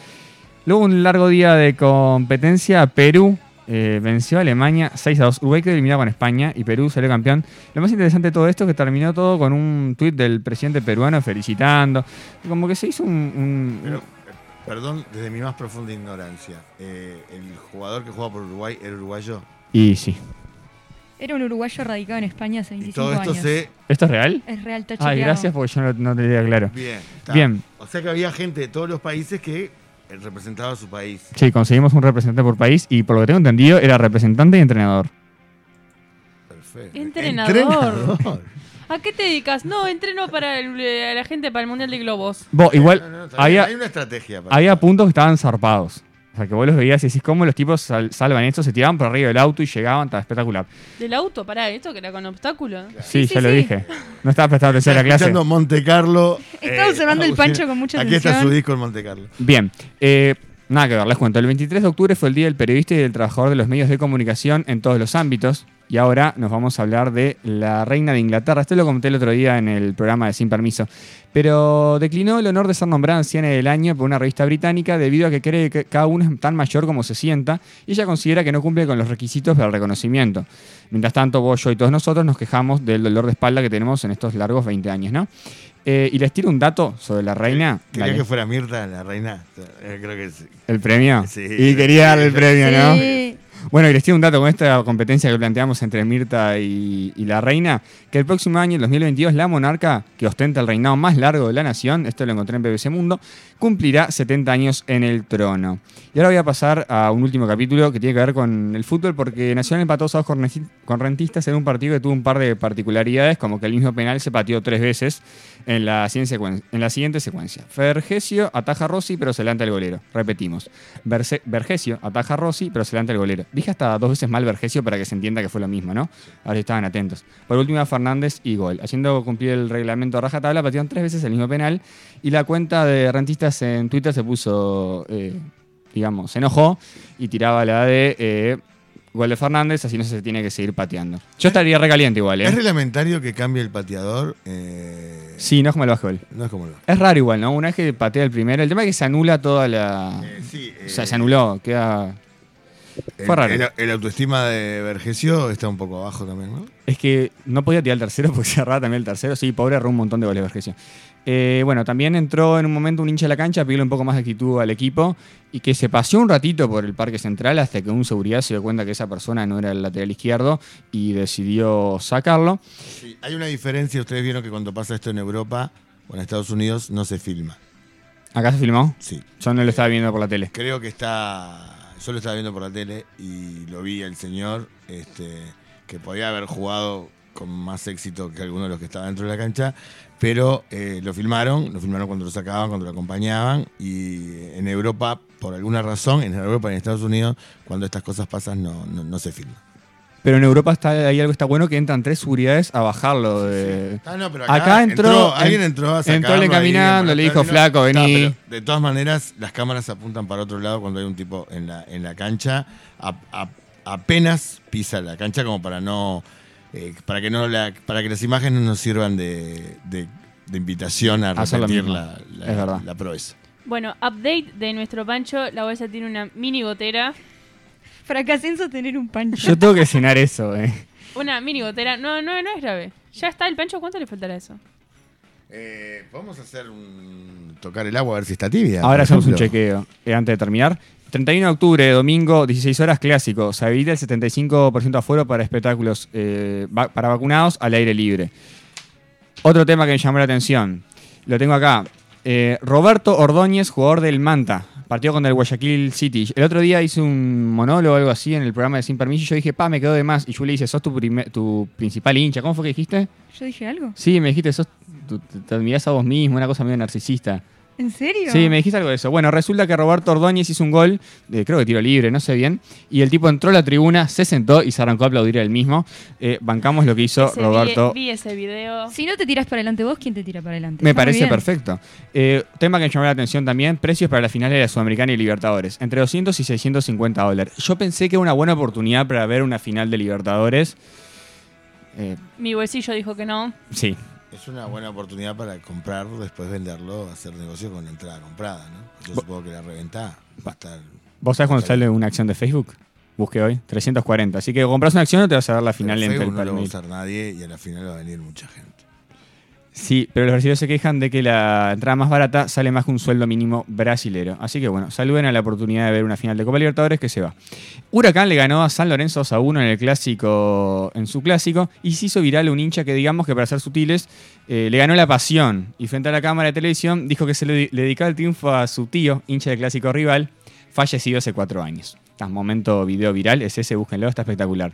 Speaker 3: Luego un largo día de competencia, Perú eh, venció a Alemania 6 a 2. Uruguay quedó eliminado con España y Perú salió campeón. Lo más interesante de todo esto es que terminó todo con un tuit del presidente peruano felicitando. Como que se hizo un... un-
Speaker 5: Pero, eh, perdón, desde mi más profunda ignorancia. eh, el jugador que juega por Uruguay era uruguayo.
Speaker 3: Y sí.
Speaker 6: Era un uruguayo radicado en España hace
Speaker 5: Y
Speaker 6: 25
Speaker 5: todo esto
Speaker 6: años.
Speaker 5: se.
Speaker 3: ¿Esto es real?
Speaker 6: Es real, está
Speaker 3: Ay,
Speaker 6: chequeado.
Speaker 3: gracias porque yo no, no tenía claro.
Speaker 5: Bien. está.
Speaker 3: Bien.
Speaker 5: O sea que había gente de todos los países que eh, representaba a su país.
Speaker 3: Sí, conseguimos un representante por país y por lo que tengo entendido era representante y entrenador.
Speaker 5: Perfecto.
Speaker 2: Entrenador.
Speaker 5: [laughs] Entrenador.
Speaker 2: ¿A qué te dedicas? No, entreno para el- eh, la gente para el Mundial de Globos.
Speaker 3: Vos, igual,
Speaker 5: No, no, no, está bien,
Speaker 3: había,
Speaker 5: Hay una estrategia. para-
Speaker 3: había puntos que estaban zarpados. O sea, que vos los veías y decís, ¿cómo los tipos sal- salvan esto? Se tiraban por arriba del auto y llegaban, estaba espectacular.
Speaker 2: Del auto, pará, esto que era con obstáculos.
Speaker 3: Sí,
Speaker 6: Sí,
Speaker 3: ya
Speaker 6: sí,
Speaker 3: lo
Speaker 6: sí.
Speaker 3: dije. No estaba prestando atención a la clase.
Speaker 5: Escuchando
Speaker 6: [laughs]
Speaker 5: Monte Carlo. eh,
Speaker 6: Está observando el pancho con mucha
Speaker 5: Aquí está
Speaker 6: atención.
Speaker 5: su disco en Monte Carlo.
Speaker 3: Bien, eh, nada que ver, les cuento. El 23 de octubre fue el Día del Periodista y del Trabajador de los Medios de Comunicación en todos los ámbitos. Y ahora nos vamos a hablar de la reina de Inglaterra. Esto lo comenté el otro día en el programa de Sin Permiso. Pero declinó el honor de ser nombrada anciana del año por una revista británica debido a que cree que cada uno es tan mayor como se sienta y ella considera que no cumple con los requisitos del reconocimiento. Mientras tanto, vos, yo y todos nosotros nos quejamos del dolor de espalda que tenemos en estos largos 20 años, ¿no? Eh, y les tiro un dato sobre la reina.
Speaker 5: Quería
Speaker 3: Dale.
Speaker 5: que fuera Mirta la reina. Eh, Creo que sí.
Speaker 3: ¿El premio?
Speaker 5: Sí.
Speaker 3: Y quería el premio, ¿no?
Speaker 6: Sí.
Speaker 3: Bueno, y les tiene un dato con esta competencia que planteamos entre Mirta y, y la reina, que el próximo año, el 2022, la monarca que ostenta el reinado más largo de la nación, esto lo encontré en BBC Mundo, cumplirá 70 años en el trono. Y ahora voy a pasar a un último capítulo que tiene que ver con el fútbol, porque Nacional empató sábado con Renci- con Rentistas en un partido que tuvo un par de particularidades, como que el mismo penal se pateó tres veces en la, siguiente secuen- en la siguiente secuencia. Vergesio ataja a Rossi, pero se levanta el golero. Repetimos. Verse- Vergesio ataja a Rossi, pero se levanta el golero. Dije hasta dos veces mal Vergesio para que se entienda que fue lo mismo, ¿no? Ahora sí estaban atentos. Por último, Fernández y gol. Haciendo cumplir el reglamento a rajatabla, patearon tres veces el mismo penal. Y la cuenta de rentistas en Twitter se puso, eh, digamos, se enojó y tiraba la de. eh, Gol de Fernández, así no se tiene que seguir pateando. Yo estaría recaliente igual,
Speaker 5: ¿Es
Speaker 3: ¿eh?
Speaker 5: reglamentario que cambie el pateador? Eh,
Speaker 3: Sí, no es como el básquetbol.
Speaker 5: No es como lo.
Speaker 3: Es raro igual, ¿no? Una vez que patea el primero, el tema es que se anula toda la.
Speaker 5: Eh, sí,
Speaker 3: o sea,
Speaker 5: eh,
Speaker 3: se anuló, queda.
Speaker 5: el-
Speaker 3: fue raro.
Speaker 5: El, el autoestima de Vergesio está un poco abajo también, ¿no?
Speaker 3: Es que no podía tirar el tercero [laughs] porque cerraba también el tercero. Sí, pobre, erró un montón de goles Vergesio. Eh, bueno, también entró en un momento un hincha a la cancha, pidió un poco más de actitud al equipo y que se paseó un ratito por el parque central hasta que un seguridad se dio cuenta que esa persona no era el lateral izquierdo y decidió sacarlo.
Speaker 5: Sí, hay una diferencia, ustedes vieron que cuando pasa esto en Europa o en Estados Unidos no se filma.
Speaker 3: ¿Acá se filmó?
Speaker 5: Sí.
Speaker 3: Yo no lo estaba viendo por la tele.
Speaker 5: Creo que está. Yo lo estaba viendo por la tele y lo vi el señor, este, que podía haber jugado con más éxito que alguno de los que estaba dentro de la cancha, pero eh, lo filmaron, lo filmaron cuando lo sacaban, cuando lo acompañaban, y en Europa, por alguna razón, en Europa y en Estados Unidos, cuando estas cosas pasan no, no, no se filma.
Speaker 3: Pero en Europa está, ahí algo está bueno que entran tres seguridades a bajarlo de.
Speaker 5: Ah, no, pero
Speaker 3: acá entró-
Speaker 5: alguien
Speaker 3: en-
Speaker 5: entró a
Speaker 3: entró
Speaker 5: sacarlo
Speaker 3: le
Speaker 5: ahí,
Speaker 3: caminando,
Speaker 5: en
Speaker 3: le dijo,
Speaker 5: Buenos
Speaker 3: "Flaco,
Speaker 5: Aires". No,
Speaker 3: vení.
Speaker 5: pero de todas maneras, las cámaras apuntan para otro lado cuando hay un tipo en la, en la cancha. A- a- apenas pisa la cancha como para no. eh, para que no la- para que las imágenes no sirvan de, de- de invitación a
Speaker 3: A hacer lo
Speaker 5: repetir
Speaker 3: mismo.
Speaker 5: la, la,
Speaker 3: Es verdad.
Speaker 5: la proeza.
Speaker 2: Bueno, update de nuestro pancho. La bolsa tiene una mini gotera.
Speaker 6: Fracasé en sostener un pancho.
Speaker 3: Yo tengo que cenar eso, eh.
Speaker 2: Una mini gotera. No, no, no es grave. Ya está el pancho. ¿Cuánto le faltará eso?
Speaker 5: Eh, ¿Podemos hacer un. tocar el agua a ver si está tibia? por
Speaker 3: Ahora hacemos un
Speaker 5: ejemplo?
Speaker 3: chequeo, eh, antes de terminar. 31 de octubre, domingo, 16 horas, clásico. Se habilita el 75% aforo para espectáculos eh, va- para vacunados al aire libre. Otro tema que me llamó la atención. Lo tengo acá. Eh, Roberto Ordóñez, jugador del Manta. Partido contra el Guayaquil City. El otro día hice un monólogo o algo así en el programa de Sin Permiso y yo dije, pa, me quedo de más. Y yo le dije, sos tu, primer- tu principal hincha. ¿Cómo fue que dijiste?
Speaker 6: ¿Yo dije algo?
Speaker 3: Sí, me dijiste, sos, tu- te, te admirás a vos mismo, una cosa medio narcisista.
Speaker 6: ¿En serio?
Speaker 3: Sí, me dijiste algo de eso. Bueno, resulta que Roberto Ordóñez hizo un gol, eh, creo que tiro libre, no sé bien, y el tipo entró a la tribuna, se sentó y se arrancó a aplaudir él mismo. Eh, bancamos lo que hizo
Speaker 2: Ese vi-
Speaker 3: Roberto.
Speaker 2: Vi, ese video.
Speaker 6: Si no te tiras para adelante vos, ¿quién te tira para adelante?
Speaker 3: Me
Speaker 6: Está muy
Speaker 3: parece
Speaker 6: bien.
Speaker 3: perfecto. Eh, tema que me llamó la atención también, precios para las finales de la Sudamericana y Libertadores, entre 200 y 650 dólares. Yo pensé que era una buena oportunidad para ver una final de Libertadores. Eh,
Speaker 2: Mi bolsillo dijo que no.
Speaker 3: sí,
Speaker 5: Es una buena oportunidad para comprarlo, después venderlo, hacer negocio con la entrada comprada, ¿no? Yo supongo que la reventá va a estar.
Speaker 3: ¿Vos sabés cuando sale una acción de Facebook? Busqué hoy, 340. Así que compras una acción o te vas a ver la final en
Speaker 5: Pero Facebook
Speaker 3: Pel-
Speaker 5: no lo va a
Speaker 3: Palmeiras.
Speaker 5: usar nadie y a la final va a venir mucha gente.
Speaker 3: Sí, pero los brasileños se quejan de que la entrada más barata sale más que un sueldo mínimo brasilero. Así que bueno, saluden a la oportunidad de ver una final de Copa Libertadores que se va. Huracán le ganó a San Lorenzo 2 a 1 en el clásico, en su clásico, y se hizo viral un hincha que digamos que para ser sutiles eh, le ganó la pasión. Y frente a la cámara de televisión dijo que se le, le dedicaba el triunfo a su tío, hincha del clásico rival, fallecido hace cuatro años. Ah, momento video viral, es ese, búsquenlo, está espectacular.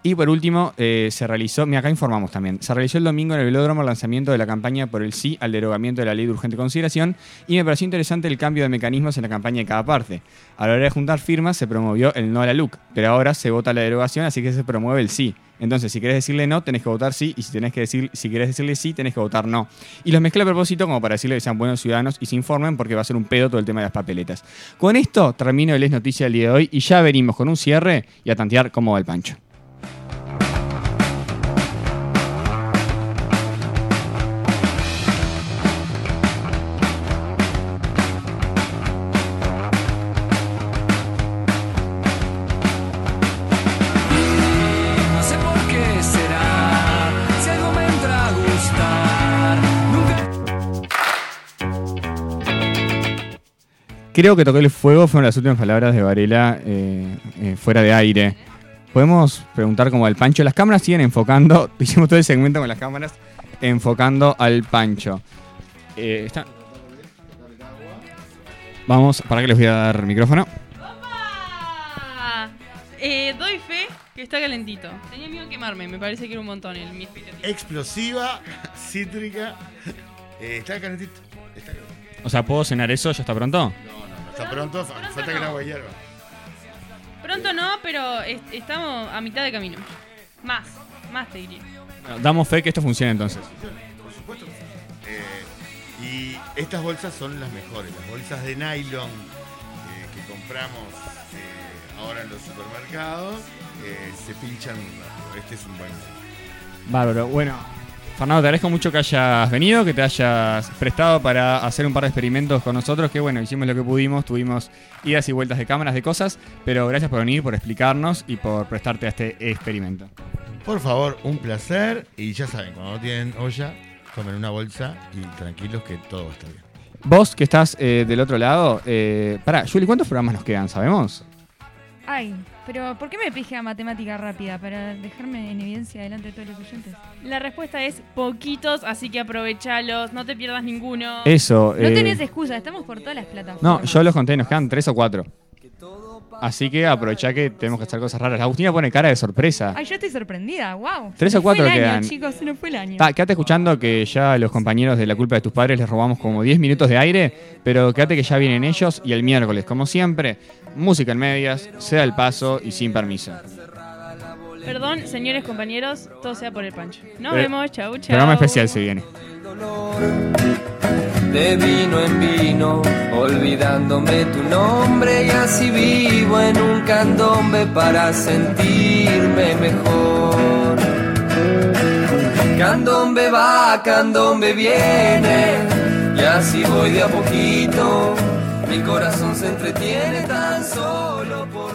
Speaker 3: Y por último, eh, se realizó, mira, acá informamos también, se realizó el domingo en el velódromo el lanzamiento de la campaña por el sí al derogamiento de la ley de urgente consideración y me pareció interesante el cambio de mecanismos en la campaña de cada parte. A la hora de juntar firmas se promovió el no a la LUC, pero ahora se vota la derogación, así que se promueve el sí. Entonces, si querés decirle no, tenés que votar sí, y si, tenés que decir, si querés decirle sí, tenés que votar no. Y los mezclé a propósito como para decirle que sean buenos ciudadanos y se informen porque va a ser un pedo todo el tema de las papeletas. Con esto termino el Es Noticia del día de hoy y ya venimos con un cierre y a tantear cómo va el pancho. Creo que toqué el fuego fueron las últimas palabras de Varela eh, eh, fuera de aire. Podemos preguntar como al Pancho. Las cámaras siguen enfocando. [laughs] Hicimos todo el segmento con las cámaras enfocando al Pancho. Eh, está- Vamos, para que les voy a dar micrófono.
Speaker 2: ¡Opa! Eh, doy fe que está calentito. Tenía miedo a quemarme, me parece que era un montón el mi expectativa.
Speaker 5: Explosiva, cítrica. Eh, está calentito. Está calentito.
Speaker 3: O sea, ¿puedo cenar eso? ¿Ya está pronto?
Speaker 5: No, no, no. Está pronto. fa-
Speaker 2: Pronto
Speaker 5: Falta que
Speaker 2: no.
Speaker 5: la hierba.
Speaker 2: Pronto no, pero es- estamos a mitad de camino. Más, más te diría.
Speaker 3: Bueno, damos fe que esto funciona entonces.
Speaker 5: Por supuesto. Eh, y estas bolsas son las mejores, las bolsas de nylon eh, que compramos eh, ahora en los supermercados eh, se pinchan muy rápido. Este es un buen.
Speaker 3: Bárbaro. Bueno, Fernando, te agradezco mucho que hayas venido, que te hayas prestado para hacer un par de experimentos con nosotros, que bueno, hicimos lo que pudimos, tuvimos idas y vueltas de cámaras, de cosas, pero gracias por venir, por explicarnos y por prestarte a este experimento.
Speaker 5: Por favor, un placer. Y ya saben, cuando no tienen olla, comen una bolsa y tranquilos que todo va a estar bien.
Speaker 3: Vos que estás eh, del otro lado, eh, pará, Juli, ¿cuántos programas nos quedan? ¿Sabemos?
Speaker 4: Ay, pero ¿por qué me pije a matemática rápida? Para dejarme en evidencia delante de todos los oyentes.
Speaker 2: La respuesta es poquitos, así que aprovechalos, no te pierdas ninguno.
Speaker 3: Eso.
Speaker 4: No
Speaker 3: eh,
Speaker 4: tenés excusa, estamos por todas las plataformas.
Speaker 3: No, yo los conté, nos quedan tres o cuatro. Así que aprovecha que tenemos que hacer cosas raras. Agustina pone cara de sorpresa.
Speaker 4: Ay, yo estoy sorprendida, wow.
Speaker 3: Tres o cuatro
Speaker 4: fue el
Speaker 3: quedan.
Speaker 4: año, chicos, se nos fue el año.
Speaker 3: Ta, Ah, quédate escuchando que ya a los compañeros de La Culpa de Tus Padres les robamos como 10 minutos de aire, pero quédate que ya vienen ellos y el miércoles, como siempre, música en medias, sea el paso y sin permiso.
Speaker 2: Perdón, señores compañeros, todo sea por el pancho. Nos
Speaker 3: Eh,
Speaker 2: vemos, chau, chau.
Speaker 3: Programa especial se viene.
Speaker 7: dolor. De vino en vino, olvidándome tu nombre y así vivo en un candombe para sentirme mejor. Candombe va, candombe viene y así voy de a poquito. Mi corazón se entretiene tan solo por